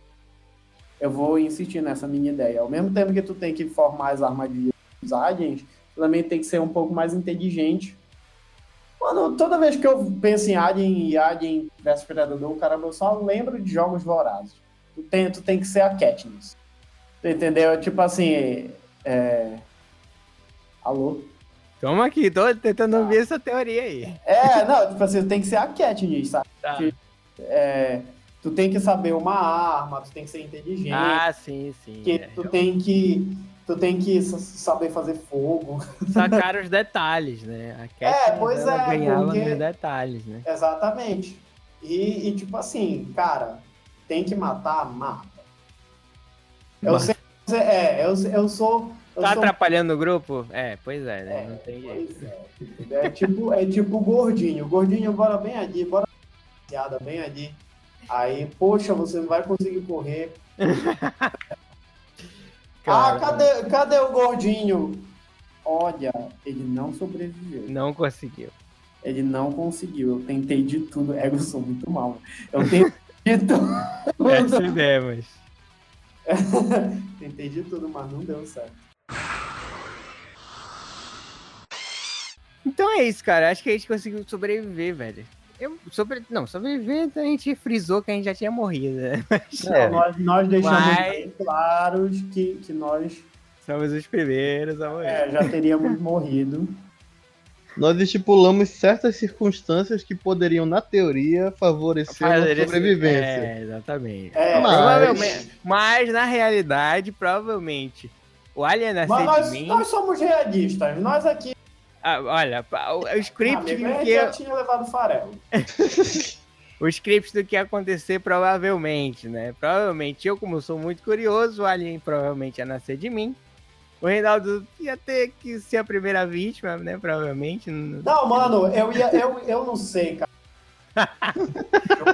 Speaker 3: Eu vou insistir nessa minha ideia. Ao mesmo tempo que tu tem que formar as armadilhas dos aliens, tu também tem que ser um pouco mais inteligente. Mano, toda vez que eu penso em Alien e Alien vs Predador, caramba, eu só lembro de jogos vorazes. Tu tem, tu tem que ser a Katniss. Tu entendeu? Tipo assim. É... Alô?
Speaker 2: Toma aqui, tô
Speaker 3: Tá.
Speaker 2: tentando ouvir essa teoria aí.
Speaker 3: É, não, tipo assim, tu tem que ser a Katniss, sabe?
Speaker 2: Tá.
Speaker 3: É, tu tem que saber uma arma, tu tem que ser inteligente,
Speaker 2: Ah, sim, sim.
Speaker 3: que
Speaker 2: é.
Speaker 3: tu tem que tu tem que s- saber fazer fogo. *laughs*
Speaker 2: Sacaram os detalhes, né? A Cat
Speaker 3: pois é,
Speaker 2: ganhava
Speaker 3: porque-
Speaker 2: nos detalhes, né?
Speaker 3: Exatamente. E, e, tipo assim, cara, tem que matar, mata. Eu sei, é, eu, eu sou. Eu
Speaker 2: Tá
Speaker 3: sou um
Speaker 2: atrapalhando o grupo? É, pois é, né?
Speaker 3: É,
Speaker 2: Não tem jeito.
Speaker 3: Pois é, entendeu? *laughs* é tipo, é tipo o gordinho. O Gordinho, bora bem ali, bora piada bem ali. Aí, poxa, você não vai conseguir correr.
Speaker 2: Cara,
Speaker 3: Ah,
Speaker 2: né?
Speaker 3: cadê, cadê o gordinho? Olha, ele não sobreviveu.
Speaker 2: Não conseguiu.
Speaker 3: Ele não conseguiu. Eu tentei de tudo. É, eu sou muito mal. Eu tentei de *laughs*
Speaker 2: É
Speaker 3: tudo.
Speaker 2: cinemas.
Speaker 3: tentei de tudo, mas não deu certo.
Speaker 2: Então é isso, cara. Acho que a gente conseguiu sobreviver, velho. Eu, sobre... Não, sobreviver, a gente frisou que a gente já tinha morrido, né? *laughs* Mas,
Speaker 4: É.
Speaker 2: é,
Speaker 3: Nós, nós deixamos
Speaker 2: Mas-
Speaker 3: bem claros que, que nós
Speaker 2: somos os primeiros a morrer.
Speaker 3: é, já *laughs* teríamos morrido.
Speaker 4: Nós estipulamos certas circunstâncias que poderiam, na teoria, favorecer a
Speaker 2: Fazer
Speaker 4: nossa
Speaker 2: esse-
Speaker 4: sobrevivência.
Speaker 2: É, exatamente.
Speaker 3: É,
Speaker 4: Mas-
Speaker 2: Provavelmente. Mas, na realidade, provavelmente, o Alien nascer
Speaker 3: Mas
Speaker 2: de
Speaker 3: nós,
Speaker 2: mim...
Speaker 3: nós somos realistas. Nós aqui.
Speaker 2: Ah, olha, pa- o- o
Speaker 3: na
Speaker 2: script do
Speaker 3: minha
Speaker 2: que...
Speaker 3: já tinha levado farelo.
Speaker 2: O script do que ia acontecer, provavelmente, né? Provavelmente, eu como sou muito curioso, o Alien provavelmente ia nascer de mim. O Reinaldo ia ter que ser a primeira vítima, né? Provavelmente. Não-
Speaker 3: Não, mano, eu ia. Eu, eu não sei, cara.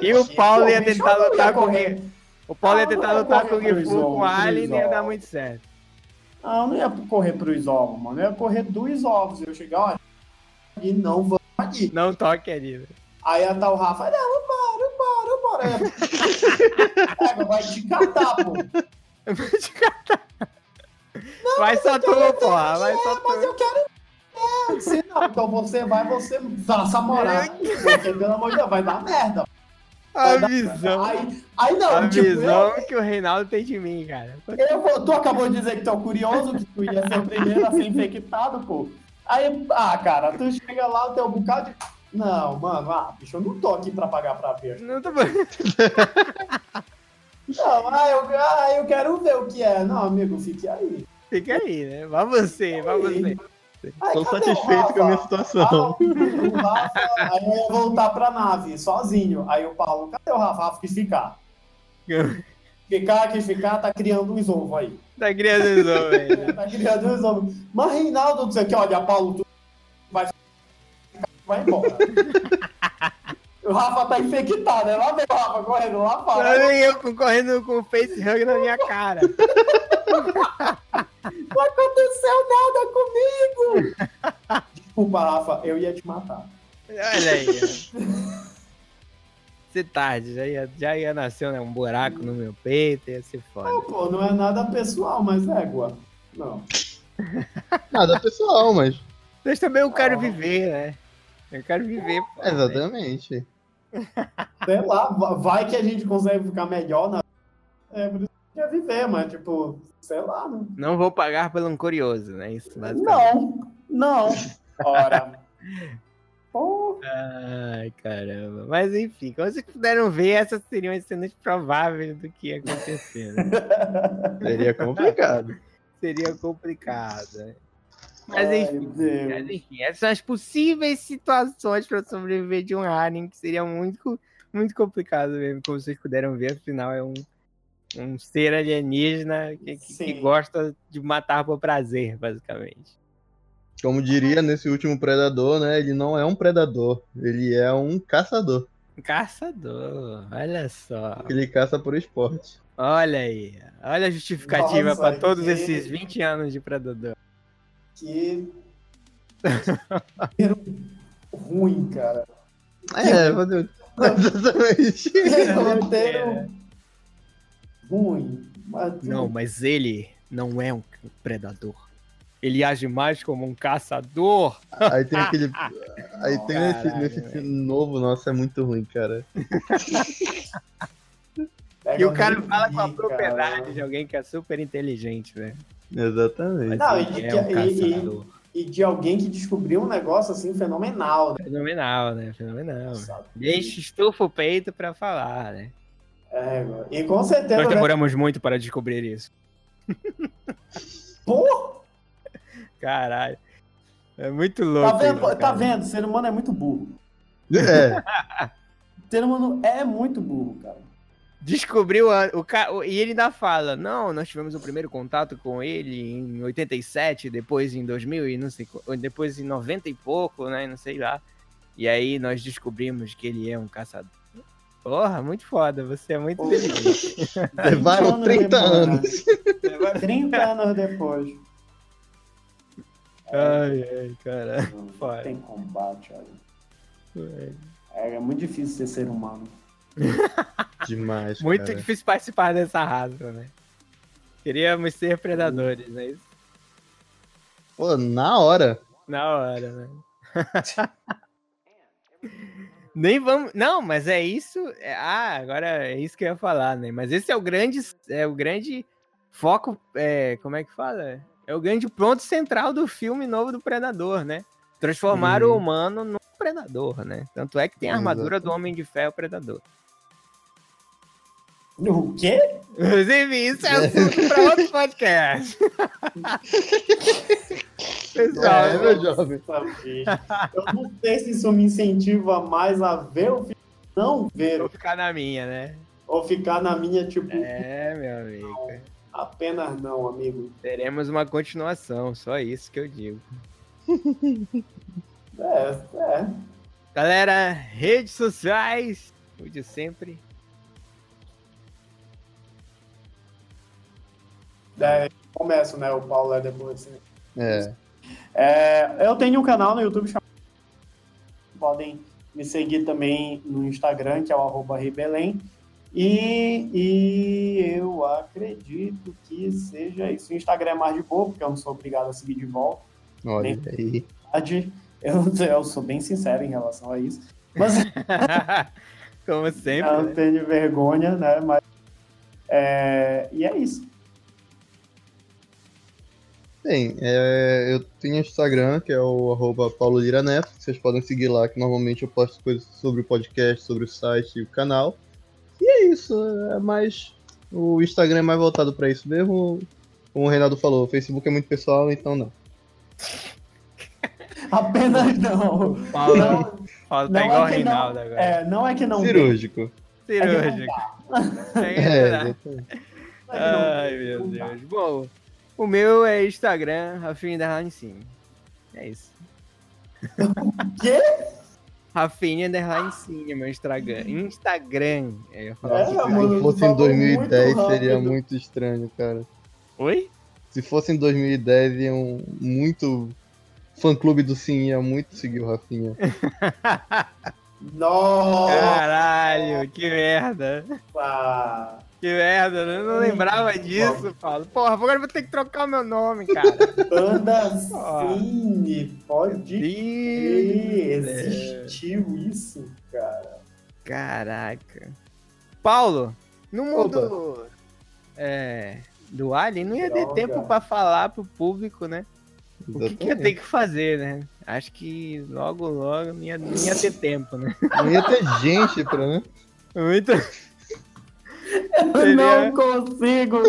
Speaker 2: E o Paulo ia tentar
Speaker 3: Eu não ia
Speaker 2: lutar com o
Speaker 3: correr.
Speaker 2: Gui- O Paulo ia
Speaker 3: Ah, não
Speaker 2: tentar
Speaker 3: ia
Speaker 2: lutar com o
Speaker 3: correr pro
Speaker 2: Gifu, com o
Speaker 3: isolamento,
Speaker 2: Alien, não ia dar
Speaker 3: isolamento.
Speaker 2: muito certo.
Speaker 3: Ah, eu não ia correr pros ovos, mano. Eu ia correr dos ovos. Eu ia chegar, olha, e não vamos aqui.
Speaker 2: Não toque ali. velho.
Speaker 3: Aí ia tá o Rafa, não, bora, bora, bora. Pega, "É, vai te catar, pô.
Speaker 2: Vai só tu, porra, vai só
Speaker 3: Mas
Speaker 2: tu.
Speaker 3: eu quero. É, eu disse, não, então você vai, você passa a morar. Porque, pelo amor de Deus, vai dar merda.
Speaker 2: A
Speaker 3: vai dar-
Speaker 2: visão,
Speaker 3: Aí, aí não,
Speaker 2: a
Speaker 3: tipo,
Speaker 2: visão que o Reinaldo tem de mim, cara.
Speaker 3: eu, eu vou- tu acabou de dizer que tu é o curioso, que tu ia ser o primeiro a ser infectado, pô. Aí, ah, cara, tu chega lá, o teu bocado de. Não, mano, ah, bicho, eu não tô aqui pra pagar pra ver.
Speaker 2: Não tô...
Speaker 3: Não, ah, eu, ah, eu quero ver o que é. Não, amigo, fique aí.
Speaker 2: *laughs* Fica aí, né? Vai você, vai você.
Speaker 3: Ai,
Speaker 4: Tô
Speaker 3: cadê o
Speaker 4: satisfeito com a minha
Speaker 3: Rafa?
Speaker 4: situação.
Speaker 3: Ah, o Rafa, aí eu ia voltar pra nave, sozinho. Aí o Paulo, cadê o Rafa? Rafa quis ficar. Ficar, quis ficar, tá criando uns ovos aí.
Speaker 2: Tá criando visão, velho.
Speaker 3: Tá criando uns ovos. Mas Reinaldo, não sei o que, olha, Paulo, tu vai vai embora. O Rafa tá infectado, né? Lá vem o Rafa correndo lá fora.
Speaker 2: Olha eu com- correndo com o facehug na minha cara.
Speaker 3: Não aconteceu nada comigo! Desculpa, Rafa, eu ia te matar.
Speaker 2: Olha aí. *laughs* Se tarde, já ia, já ia nascer né, um buraco no meu peito, ia ser foda.
Speaker 3: Não, pô, não é nada pessoal, mas égua. Não.
Speaker 4: Ah, Nada pessoal, *laughs* mas.
Speaker 2: Mas também eu quero
Speaker 3: Ah.
Speaker 2: viver, né? Eu quero viver, pô.
Speaker 4: É,
Speaker 2: né?
Speaker 4: Exatamente.
Speaker 3: Sei lá, va- vai que a gente consegue ficar melhor na. É, por isso que eu quer viver, mas tipo, sei lá. Não.
Speaker 2: Não vou pagar pelo um curioso, né? Isso, basicamente.
Speaker 3: Não, não. Ora. Pô,
Speaker 2: Ai, caramba. Mas enfim, como vocês puderam ver, essas seriam as cenas prováveis do que ia acontecer, né?
Speaker 4: Seria complicado.
Speaker 2: Seria complicado, né? Mas
Speaker 3: ai,
Speaker 2: enfim.
Speaker 3: Deus.
Speaker 2: Mas enfim, essas são as possíveis situações para sobreviver de um alien, que seria muito, muito complicado mesmo, como vocês puderam ver, afinal é um, um ser alienígena que, que- que
Speaker 3: Sim.
Speaker 2: gosta de matar por prazer, basicamente.
Speaker 4: Como diria nesse último predador, né? Ele não é um predador, ele é um caçador.
Speaker 2: Um Caçador, olha só.
Speaker 4: Ele caça por esporte.
Speaker 2: Olha aí. Olha a justificativa
Speaker 3: Nossa,
Speaker 2: para todos
Speaker 3: que-
Speaker 2: esses 20 anos de predador.
Speaker 3: Que. Era ruim, cara.
Speaker 2: *laughs*
Speaker 4: É, fazer. *laughs* Exatamente.
Speaker 3: Que
Speaker 2: Não,
Speaker 3: roteiro
Speaker 2: né?
Speaker 3: ruim. Mas
Speaker 2: Não, mas ele não é um predador. Ele age mais como um caçador.
Speaker 4: Aí tem aquele. Aí tem nesse,
Speaker 2: Caralho,
Speaker 4: nesse filme novo, nossa, é muito ruim, cara.
Speaker 3: pega
Speaker 2: E o cara
Speaker 3: muito
Speaker 2: fala com a
Speaker 3: bico,
Speaker 2: propriedade
Speaker 3: cara.
Speaker 2: de alguém que é super inteligente, né?
Speaker 4: *laughs* Exatamente.
Speaker 3: Não, e
Speaker 2: Mas
Speaker 3: de,
Speaker 2: é um
Speaker 3: e- e-
Speaker 2: caçador.
Speaker 3: e de alguém que descobriu um negócio assim fenomenal. Né?
Speaker 2: Fenomenal, né? Fenomenal.
Speaker 3: Sabe?
Speaker 2: Deixa estufa o peito pra falar, né?
Speaker 3: É, mano. e com certeza.
Speaker 2: Nós
Speaker 3: né?
Speaker 2: demoramos muito para descobrir isso.
Speaker 3: Pô,
Speaker 2: Caralho. É muito
Speaker 3: tá
Speaker 2: louco.
Speaker 3: vendo?
Speaker 2: isso,
Speaker 3: Tá
Speaker 2: cara.
Speaker 3: vendo? O ser humano é muito burro.
Speaker 4: É,
Speaker 2: *laughs*
Speaker 3: O ser humano é muito burro, cara.
Speaker 2: descobriu a- o, ca- o- e ele ainda fala: "Não, nós tivemos o primeiro contato com ele em 87, depois em 2000 e não sei, qu- depois em 90 e pouco, né, não sei lá. E aí nós descobrimos que ele é um caçador. Porra, muito foda, você é muito feliz. É,
Speaker 4: Levaram 30 anos.
Speaker 2: *laughs*
Speaker 3: 30 anos depois.
Speaker 2: ai, ai, cara.
Speaker 3: Não
Speaker 2: *laughs* Vai.
Speaker 3: tem combate aí. É, é muito difícil ser ser humano.
Speaker 4: Demais,
Speaker 2: Muito
Speaker 4: cara.
Speaker 2: difícil participar dessa raça, né? Queríamos ser predadores, né? Isso
Speaker 4: Pô, na hora.
Speaker 2: Na hora, né? Nem vamos. Não, mas é isso. é- Ah, agora é isso que eu ia falar, né? Mas esse é o grande, é o grande foco. É, como é que fala? É o grande ponto central do filme novo do Predador, né? Transformar o
Speaker 4: Uhum.
Speaker 2: humano num predador, né? Tanto é que tem a armadura do Homem de Ferro Predador.
Speaker 3: O quê?
Speaker 2: Inclusive, isso é assunto para
Speaker 4: *laughs*
Speaker 2: outro podcast. Pessoal,
Speaker 4: É, meu jovem.
Speaker 3: Eu não sei se isso me incentiva mais a ver o filme, não
Speaker 2: eu
Speaker 3: ver,
Speaker 2: vou ficar na minha, né?
Speaker 3: ou ficar na minha, tipo,
Speaker 2: É, meu amigo.
Speaker 3: apenas não, amigo.
Speaker 2: Teremos uma continuação, só isso que eu digo.
Speaker 3: É, é.
Speaker 2: Galera, redes sociais, o de sempre. *laughs*
Speaker 3: É, começo, né? O Paulo é depois. Assim.
Speaker 4: É.
Speaker 3: É, eu tenho um canal no YouTube chamado. Podem me seguir também no Instagram, que é o arroba Ribelém. E, e eu acredito que seja isso. O Instagram é mais de boa, porque eu não sou obrigado a seguir de volta.
Speaker 4: Olha aí.
Speaker 3: verdade, Eu, eu sou bem sincero em relação a isso. *laughs* Mas ah,
Speaker 2: Como sempre.
Speaker 3: eu
Speaker 2: né?
Speaker 3: não tenho vergonha, né? Mas, é, e é isso.
Speaker 4: Bem, é, eu tenho Instagram, que é o arroba Paulo Lira Neto, que vocês podem seguir lá, que normalmente eu posto coisas sobre o podcast, sobre o site e o canal. E é isso, é mais. O Instagram é mais voltado pra isso mesmo. Como o Reinaldo falou, o Facebook é muito pessoal, então não.
Speaker 3: *laughs* Apenas não.
Speaker 2: Paulo,
Speaker 3: Não,
Speaker 2: Paulo
Speaker 3: não
Speaker 2: tá igual o
Speaker 3: é que
Speaker 2: Reinaldo
Speaker 3: não,
Speaker 2: agora.
Speaker 3: é, não é que não dê,
Speaker 4: Cirúrgico.
Speaker 2: Cirúrgico. É que
Speaker 4: É,
Speaker 2: não dá.
Speaker 3: não é
Speaker 4: exatamente.
Speaker 3: que não dê,
Speaker 2: Ai, meu
Speaker 3: não dá.
Speaker 2: Deus. Bom, o meu é Instagram, Rafinha da Sim. É isso.
Speaker 3: *laughs* quê?
Speaker 2: Rafinha Underline Sim, é meu Instagram. Instagram. Eu ia falar. tá
Speaker 3: É, mano,
Speaker 4: Se fosse em
Speaker 3: falou
Speaker 4: 2010
Speaker 3: muito
Speaker 4: seria
Speaker 3: rápido.
Speaker 4: muito estranho, cara.
Speaker 2: Oi?
Speaker 4: Se fosse em 2010 iam muito. Fã clube do Sim ia muito seguir o Rafinha.
Speaker 3: Nossa!
Speaker 2: Caralho, que merda. Que merda, né? eu não lembrava disso, Paulo. Porra, agora eu vou ter que trocar o meu nome, cara.
Speaker 3: Banda Ah. Cine, pode
Speaker 2: Ih,
Speaker 3: crer, existiu isso, cara.
Speaker 2: Caraca. Paulo, no mundo é, do Alien, não ia ter
Speaker 3: Droga.
Speaker 2: tempo pra falar pro público, né? O que, que ia
Speaker 4: Exatamente.
Speaker 2: ter que fazer, né? Acho que logo, logo não ia, não ia ter tempo, né?
Speaker 4: Não ia ter gente pra, né?
Speaker 2: Muito.
Speaker 3: Eu
Speaker 2: Seria-
Speaker 3: não consigo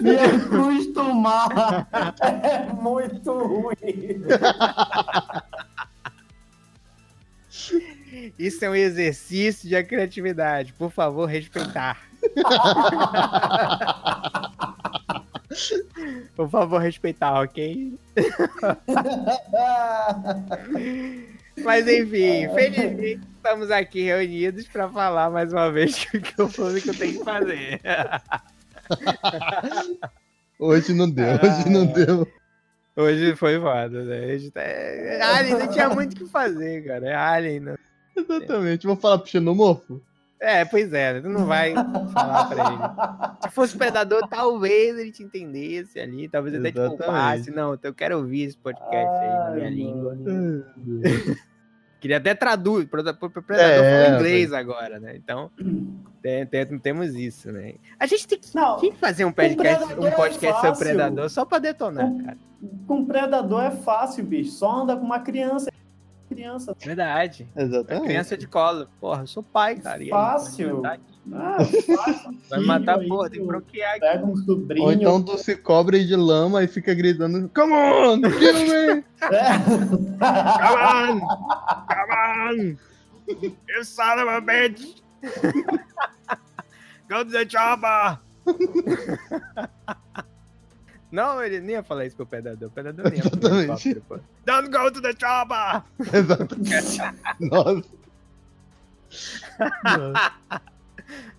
Speaker 3: me acostumar. *laughs* É muito ruim.
Speaker 2: Isso é um exercício de criatividade. Por favor, respeitar. Por favor, respeitar, ok? Mas enfim, felizmente estamos aqui reunidos para falar mais uma vez *laughs* o que eu falei que eu tenho que fazer.
Speaker 4: Hoje não deu, hoje não deu.
Speaker 2: Hoje foi foda, né? Hoje tá- é Alien não tinha muito o que fazer, cara. É Alien, não.
Speaker 4: Exatamente. Vou falar pro xenomorfo?
Speaker 2: É, pois é, tu não vai falar pra ele. Se fosse predador, talvez ele te entendesse ali, talvez até te
Speaker 4: Exatamente.
Speaker 2: poupasse. Não, eu quero ouvir esse podcast aí na minha
Speaker 3: Ai,
Speaker 2: língua.
Speaker 3: mano.
Speaker 4: É,
Speaker 2: Queria até traduzir, pro pro- pro predador
Speaker 4: É,
Speaker 2: falar inglês agora, né? Então, tem- tem- não temos isso, né? A gente tem que,
Speaker 3: Não,
Speaker 2: tem que fazer um podcast,
Speaker 3: predador
Speaker 2: um
Speaker 3: é
Speaker 2: podcast sobre
Speaker 3: fácil. Um
Speaker 2: predador só pra detonar, cara.
Speaker 3: com predador é fácil, bicho. Só anda com uma criança. Criança.
Speaker 2: Verdade. É
Speaker 4: Exatamente.
Speaker 2: criança de colo. Porra, eu sou pai, cara. E aí,
Speaker 3: Fácil.
Speaker 2: Vai matar, aqui?
Speaker 3: Ah, fácil.
Speaker 2: Vai matar
Speaker 3: filho,
Speaker 2: porra,
Speaker 3: aí,
Speaker 2: tem que bloquear aqui.
Speaker 3: Pega um sobrinho.
Speaker 4: Ou então tu se cobre de lama e fica gritando: Come on, kill me!
Speaker 3: É.
Speaker 2: Come on! Come on! You son of a bitch! Todos a chapa! Não, ele nem ia falar isso pro predador. O predador nem ia falar
Speaker 4: Exatamente.
Speaker 2: isso pro predador. Don't go to the chopper!
Speaker 4: Exato. Nossa.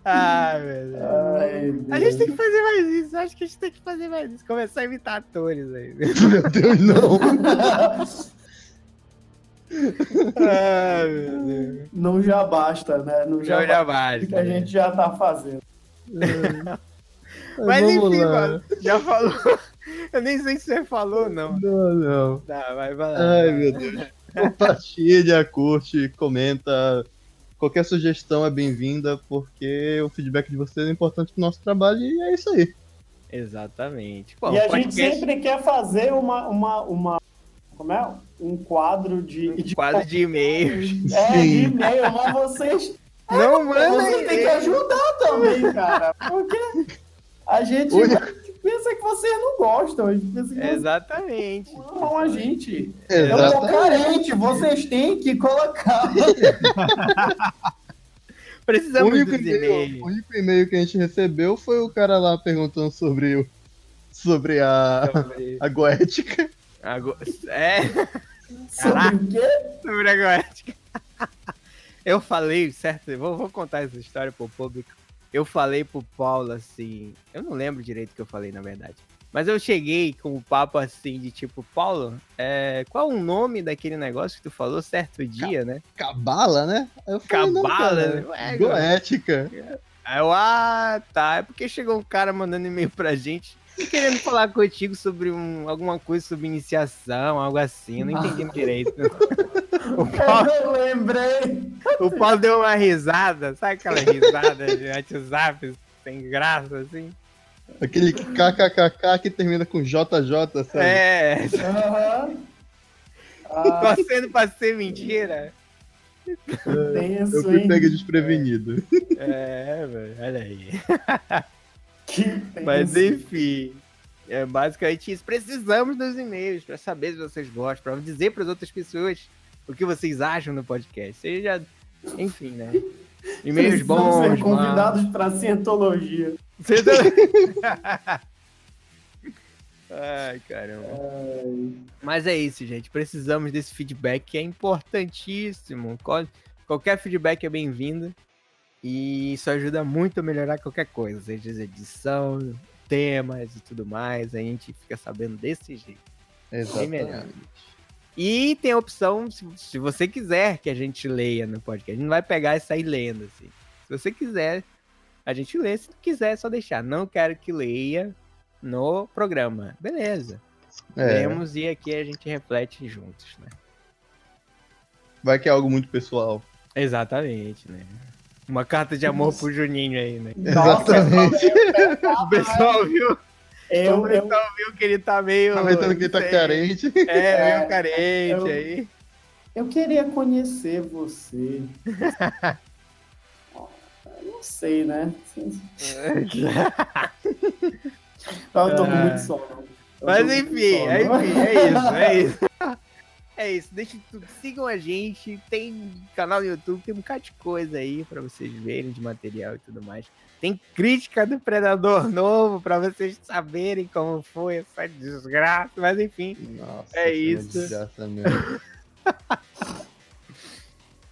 Speaker 2: Ai, meu Deus.
Speaker 3: *laughs* Ai,
Speaker 2: A gente tem que fazer mais isso. Acho que a gente tem que fazer mais isso. Começar a imitar atores aí.
Speaker 4: Meu Deus, não.
Speaker 3: *laughs*
Speaker 2: Ai, meu Deus.
Speaker 3: Não já basta, né? Não já,
Speaker 2: Já já
Speaker 3: basta o que
Speaker 2: basta. né?
Speaker 3: a gente já tá fazendo.
Speaker 2: Mas
Speaker 4: Vamos
Speaker 2: enfim,
Speaker 4: lá.
Speaker 2: mano. Já falou. *laughs* Eu nem sei se você falou ou não.
Speaker 4: Não, não.
Speaker 2: Tá, vai, vai lá.
Speaker 4: Ai, meu Deus. Compartilha, curte, comenta. Qualquer sugestão é bem-vinda, porque o feedback de vocês é importante pro nosso trabalho e é isso aí.
Speaker 2: Exatamente. Pô,
Speaker 3: e a
Speaker 2: o podcast-
Speaker 3: gente sempre quer fazer uma, uma, uma. Como é? Um quadro de.
Speaker 2: um
Speaker 3: de
Speaker 2: quadro de e-mails.
Speaker 3: É, de
Speaker 4: Sim.
Speaker 3: e-mail, mas vocês,
Speaker 2: *laughs* Não é manda
Speaker 3: vocês têm que
Speaker 2: e-mail.
Speaker 3: ajudar também, cara. Porque a gente
Speaker 4: Oi.
Speaker 3: pensa que vocês não gostam, a gente pensa que vocês
Speaker 2: Exatamente.
Speaker 3: não amam a gente. Eu
Speaker 4: Exato.
Speaker 3: tô carente, vocês têm que colocar. *laughs*
Speaker 4: O
Speaker 2: Precisamos
Speaker 4: único,
Speaker 2: dos
Speaker 4: e-mail,
Speaker 2: e-mails.
Speaker 4: o único e-mail que a gente recebeu foi o cara lá perguntando sobre o. Sobre a.
Speaker 2: Sobre-
Speaker 4: a goética.
Speaker 2: Ago- É, *laughs*
Speaker 3: Sobre o quê?
Speaker 2: sobre a goética. *laughs* Eu falei, certo? Vou, vou contar essa história pro público. Eu falei pro Paulo assim. Eu não lembro direito o que eu falei, na verdade. Mas eu cheguei com o papo assim de tipo, Paulo, é, qual o nome daquele negócio que tu falou certo dia, né?
Speaker 4: Cabala, né? Aí eu falei, não,
Speaker 2: Cabala,
Speaker 4: cara, é
Speaker 2: né? Ué,
Speaker 4: Goética.
Speaker 2: Aí eu, ah, tá. É porque chegou um cara mandando e-mail pra gente querendo falar contigo sobre um, alguma coisa sobre iniciação, algo assim. Eu não entendi direito. o, Paulo,
Speaker 3: Eu lembrei.
Speaker 2: o Paulo deu uma risada, sabe aquela risada de WhatsApp sem graça, assim?
Speaker 4: Aquele kkkk que termina com JJ, sabe?
Speaker 2: É,
Speaker 3: Aham. Ah,
Speaker 2: torcendo pra ser mentira.
Speaker 4: eu
Speaker 3: tenso,
Speaker 4: fui
Speaker 3: hein?
Speaker 4: pego desprevenido.
Speaker 2: É, velho, olha aí.
Speaker 3: Que tenso.
Speaker 2: Mas enfim. É basicamente isso. Precisamos dos e-mails para saber se vocês gostam, para dizer para as outras pessoas o que vocês acham do podcast. Seja, enfim, né? E-mails
Speaker 3: Precisamos
Speaker 2: bons.
Speaker 3: ser
Speaker 2: maus.
Speaker 3: convidados pra cientologia.
Speaker 2: Você tá- Ai, caramba. Mas é isso, gente. Precisamos desse feedback que é importantíssimo. Qual- Qualquer feedback é bem-vindo. E isso ajuda muito a melhorar qualquer coisa, seja edição, temas e tudo mais. A gente fica sabendo desse jeito. É, melhor.
Speaker 4: Exatamente.
Speaker 2: E tem a opção, se, se você quiser, que a gente leia no podcast. A gente não vai pegar e sair lendo, assim. Se você quiser, a gente lê. Se não quiser, é só deixar. Não quero que leia no programa. Beleza.
Speaker 4: É,
Speaker 2: Lemos e aqui a gente reflete juntos, né?
Speaker 4: vai que é algo muito pessoal.
Speaker 2: Exatamente, né? Uma carta de amor pro Juninho aí, né?
Speaker 4: Exatamente.
Speaker 2: O pessoal viu, o
Speaker 3: Eu, eu,
Speaker 2: pessoal viu que ele tá meio.
Speaker 4: Comentando que ele tá
Speaker 2: sei,
Speaker 4: carente.
Speaker 2: É, meio carente
Speaker 3: eu-
Speaker 2: aí.
Speaker 3: eu queria conhecer
Speaker 2: *laughs*
Speaker 3: você. Eu Não sei, né? Eu tô com muito sono.
Speaker 4: um
Speaker 3: Eu
Speaker 2: É. Mas
Speaker 3: tô com muito
Speaker 2: enfim,
Speaker 3: sono.
Speaker 2: é, enfim, é isso,
Speaker 4: *laughs*
Speaker 2: é isso. É isso, deixa tudo, sigam a gente, tem canal no YouTube, tem um bocado de coisa aí pra vocês verem de material e tudo mais. Tem crítica do Predador novo pra vocês saberem como foi essa desgraça, mas enfim,
Speaker 4: Nossa,
Speaker 2: É
Speaker 4: que
Speaker 2: isso.
Speaker 4: desgraça mesmo.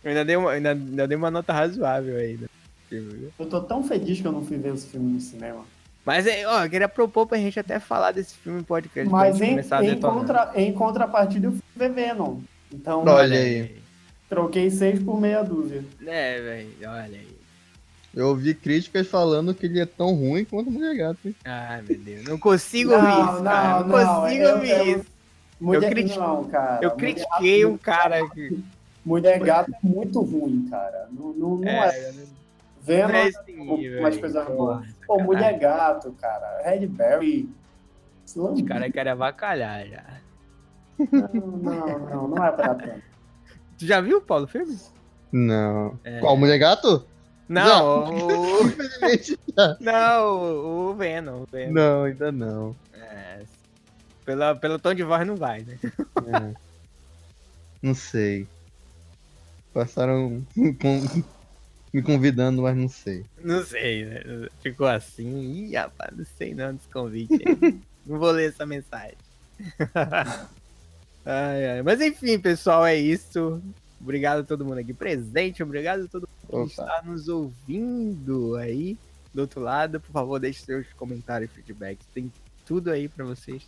Speaker 2: eu ainda dei uma, ainda, ainda dei uma nota razoável aí. né?
Speaker 3: *laughs* Eu tô tão feliz que eu não fui ver esse filme no cinema.
Speaker 2: Mas é, ó, eu queria propor pra gente até falar desse filme em podcast. pra
Speaker 3: Mas
Speaker 2: gente
Speaker 3: em,
Speaker 2: começar a
Speaker 3: em,
Speaker 2: detonar.
Speaker 3: contra, em contrapartida, eu fui ver Venom. Então,
Speaker 4: Olha. aí.
Speaker 3: troquei seis por meia dúzia.
Speaker 2: É, velho, olha aí.
Speaker 4: Eu ouvi críticas falando que ele é tão ruim quanto o Mulher Gato, hein?
Speaker 2: Ai, meu Deus. Não consigo
Speaker 3: Não,
Speaker 2: ouvir isso,
Speaker 3: não,
Speaker 2: cara. Não,
Speaker 3: não, é,
Speaker 2: consigo
Speaker 3: eu-
Speaker 2: ouvir
Speaker 3: eu-
Speaker 2: isso.
Speaker 3: Mulher,
Speaker 2: critico-
Speaker 3: não, cara.
Speaker 2: Eu
Speaker 3: Mulher-
Speaker 2: critiquei um cara que...
Speaker 3: Mulher Gato é muito ruim, cara. Não, não, não é.
Speaker 2: É, não
Speaker 3: Venom
Speaker 2: é esse nível,
Speaker 3: umas
Speaker 2: aí.
Speaker 3: coisas
Speaker 2: Porra,
Speaker 3: boas. Pô,
Speaker 2: sacanagem.
Speaker 3: mulher gato, cara. Red Berry. Se
Speaker 2: Os
Speaker 3: lambe-
Speaker 2: caras querem avacalhar já.
Speaker 3: Não, não, não, não é pra tanto.
Speaker 2: Tu já viu, Paulo, o filme?
Speaker 4: Não.
Speaker 2: É.
Speaker 4: Qual, Mulher
Speaker 2: *laughs*
Speaker 4: Gato?
Speaker 2: Não, o...
Speaker 4: Infelizmente,
Speaker 2: não, o o Venom. O Venom.
Speaker 4: não, ainda não.
Speaker 2: É. Pela, pelo tom de voz não vai, né?
Speaker 4: É. Não sei. Passaram *laughs* com me convidando, mas não sei.
Speaker 2: Não sei, né? Ficou assim. Ih, rapaz, não sei não desse convite. aí. não vou ler essa mensagem. *laughs* ai, ai. Mas enfim, pessoal, é isso. Obrigado a todo mundo aqui presente. Obrigado a todo mundo que
Speaker 4: Opa.
Speaker 2: está nos ouvindo aí do outro lado. Por favor, deixe seus comentários e feedbacks. Tem tudo aí para vocês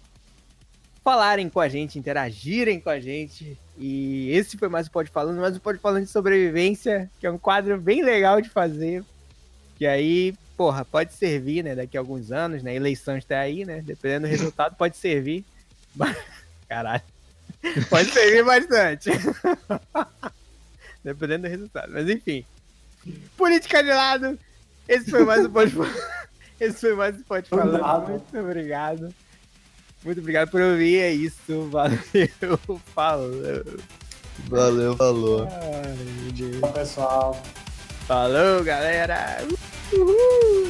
Speaker 2: falarem com a gente, interagirem com a gente. E esse foi mais um Pode Falando, mais um Pode Falando de Sobrevivência, que é um quadro bem legal de fazer. Que aí, porra, pode servir, né? Daqui a alguns anos, né? Eleição está aí, né? Dependendo do resultado, pode servir. ba- Caralho. Pode servir bastante. *laughs* Dependendo do resultado. Mas enfim. Política de lado. Esse foi mais um Pode Falando. *laughs* Esse foi mais um Pode
Speaker 3: Do
Speaker 2: Falando.
Speaker 3: nada.
Speaker 2: Muito obrigado. Muito obrigado por ouvir. É isso. Valeu. *laughs* Falou.
Speaker 4: Valeu, falou.
Speaker 2: Ai, meu Deus.
Speaker 3: Tchau, pessoal.
Speaker 2: Falou, galera. Uhul.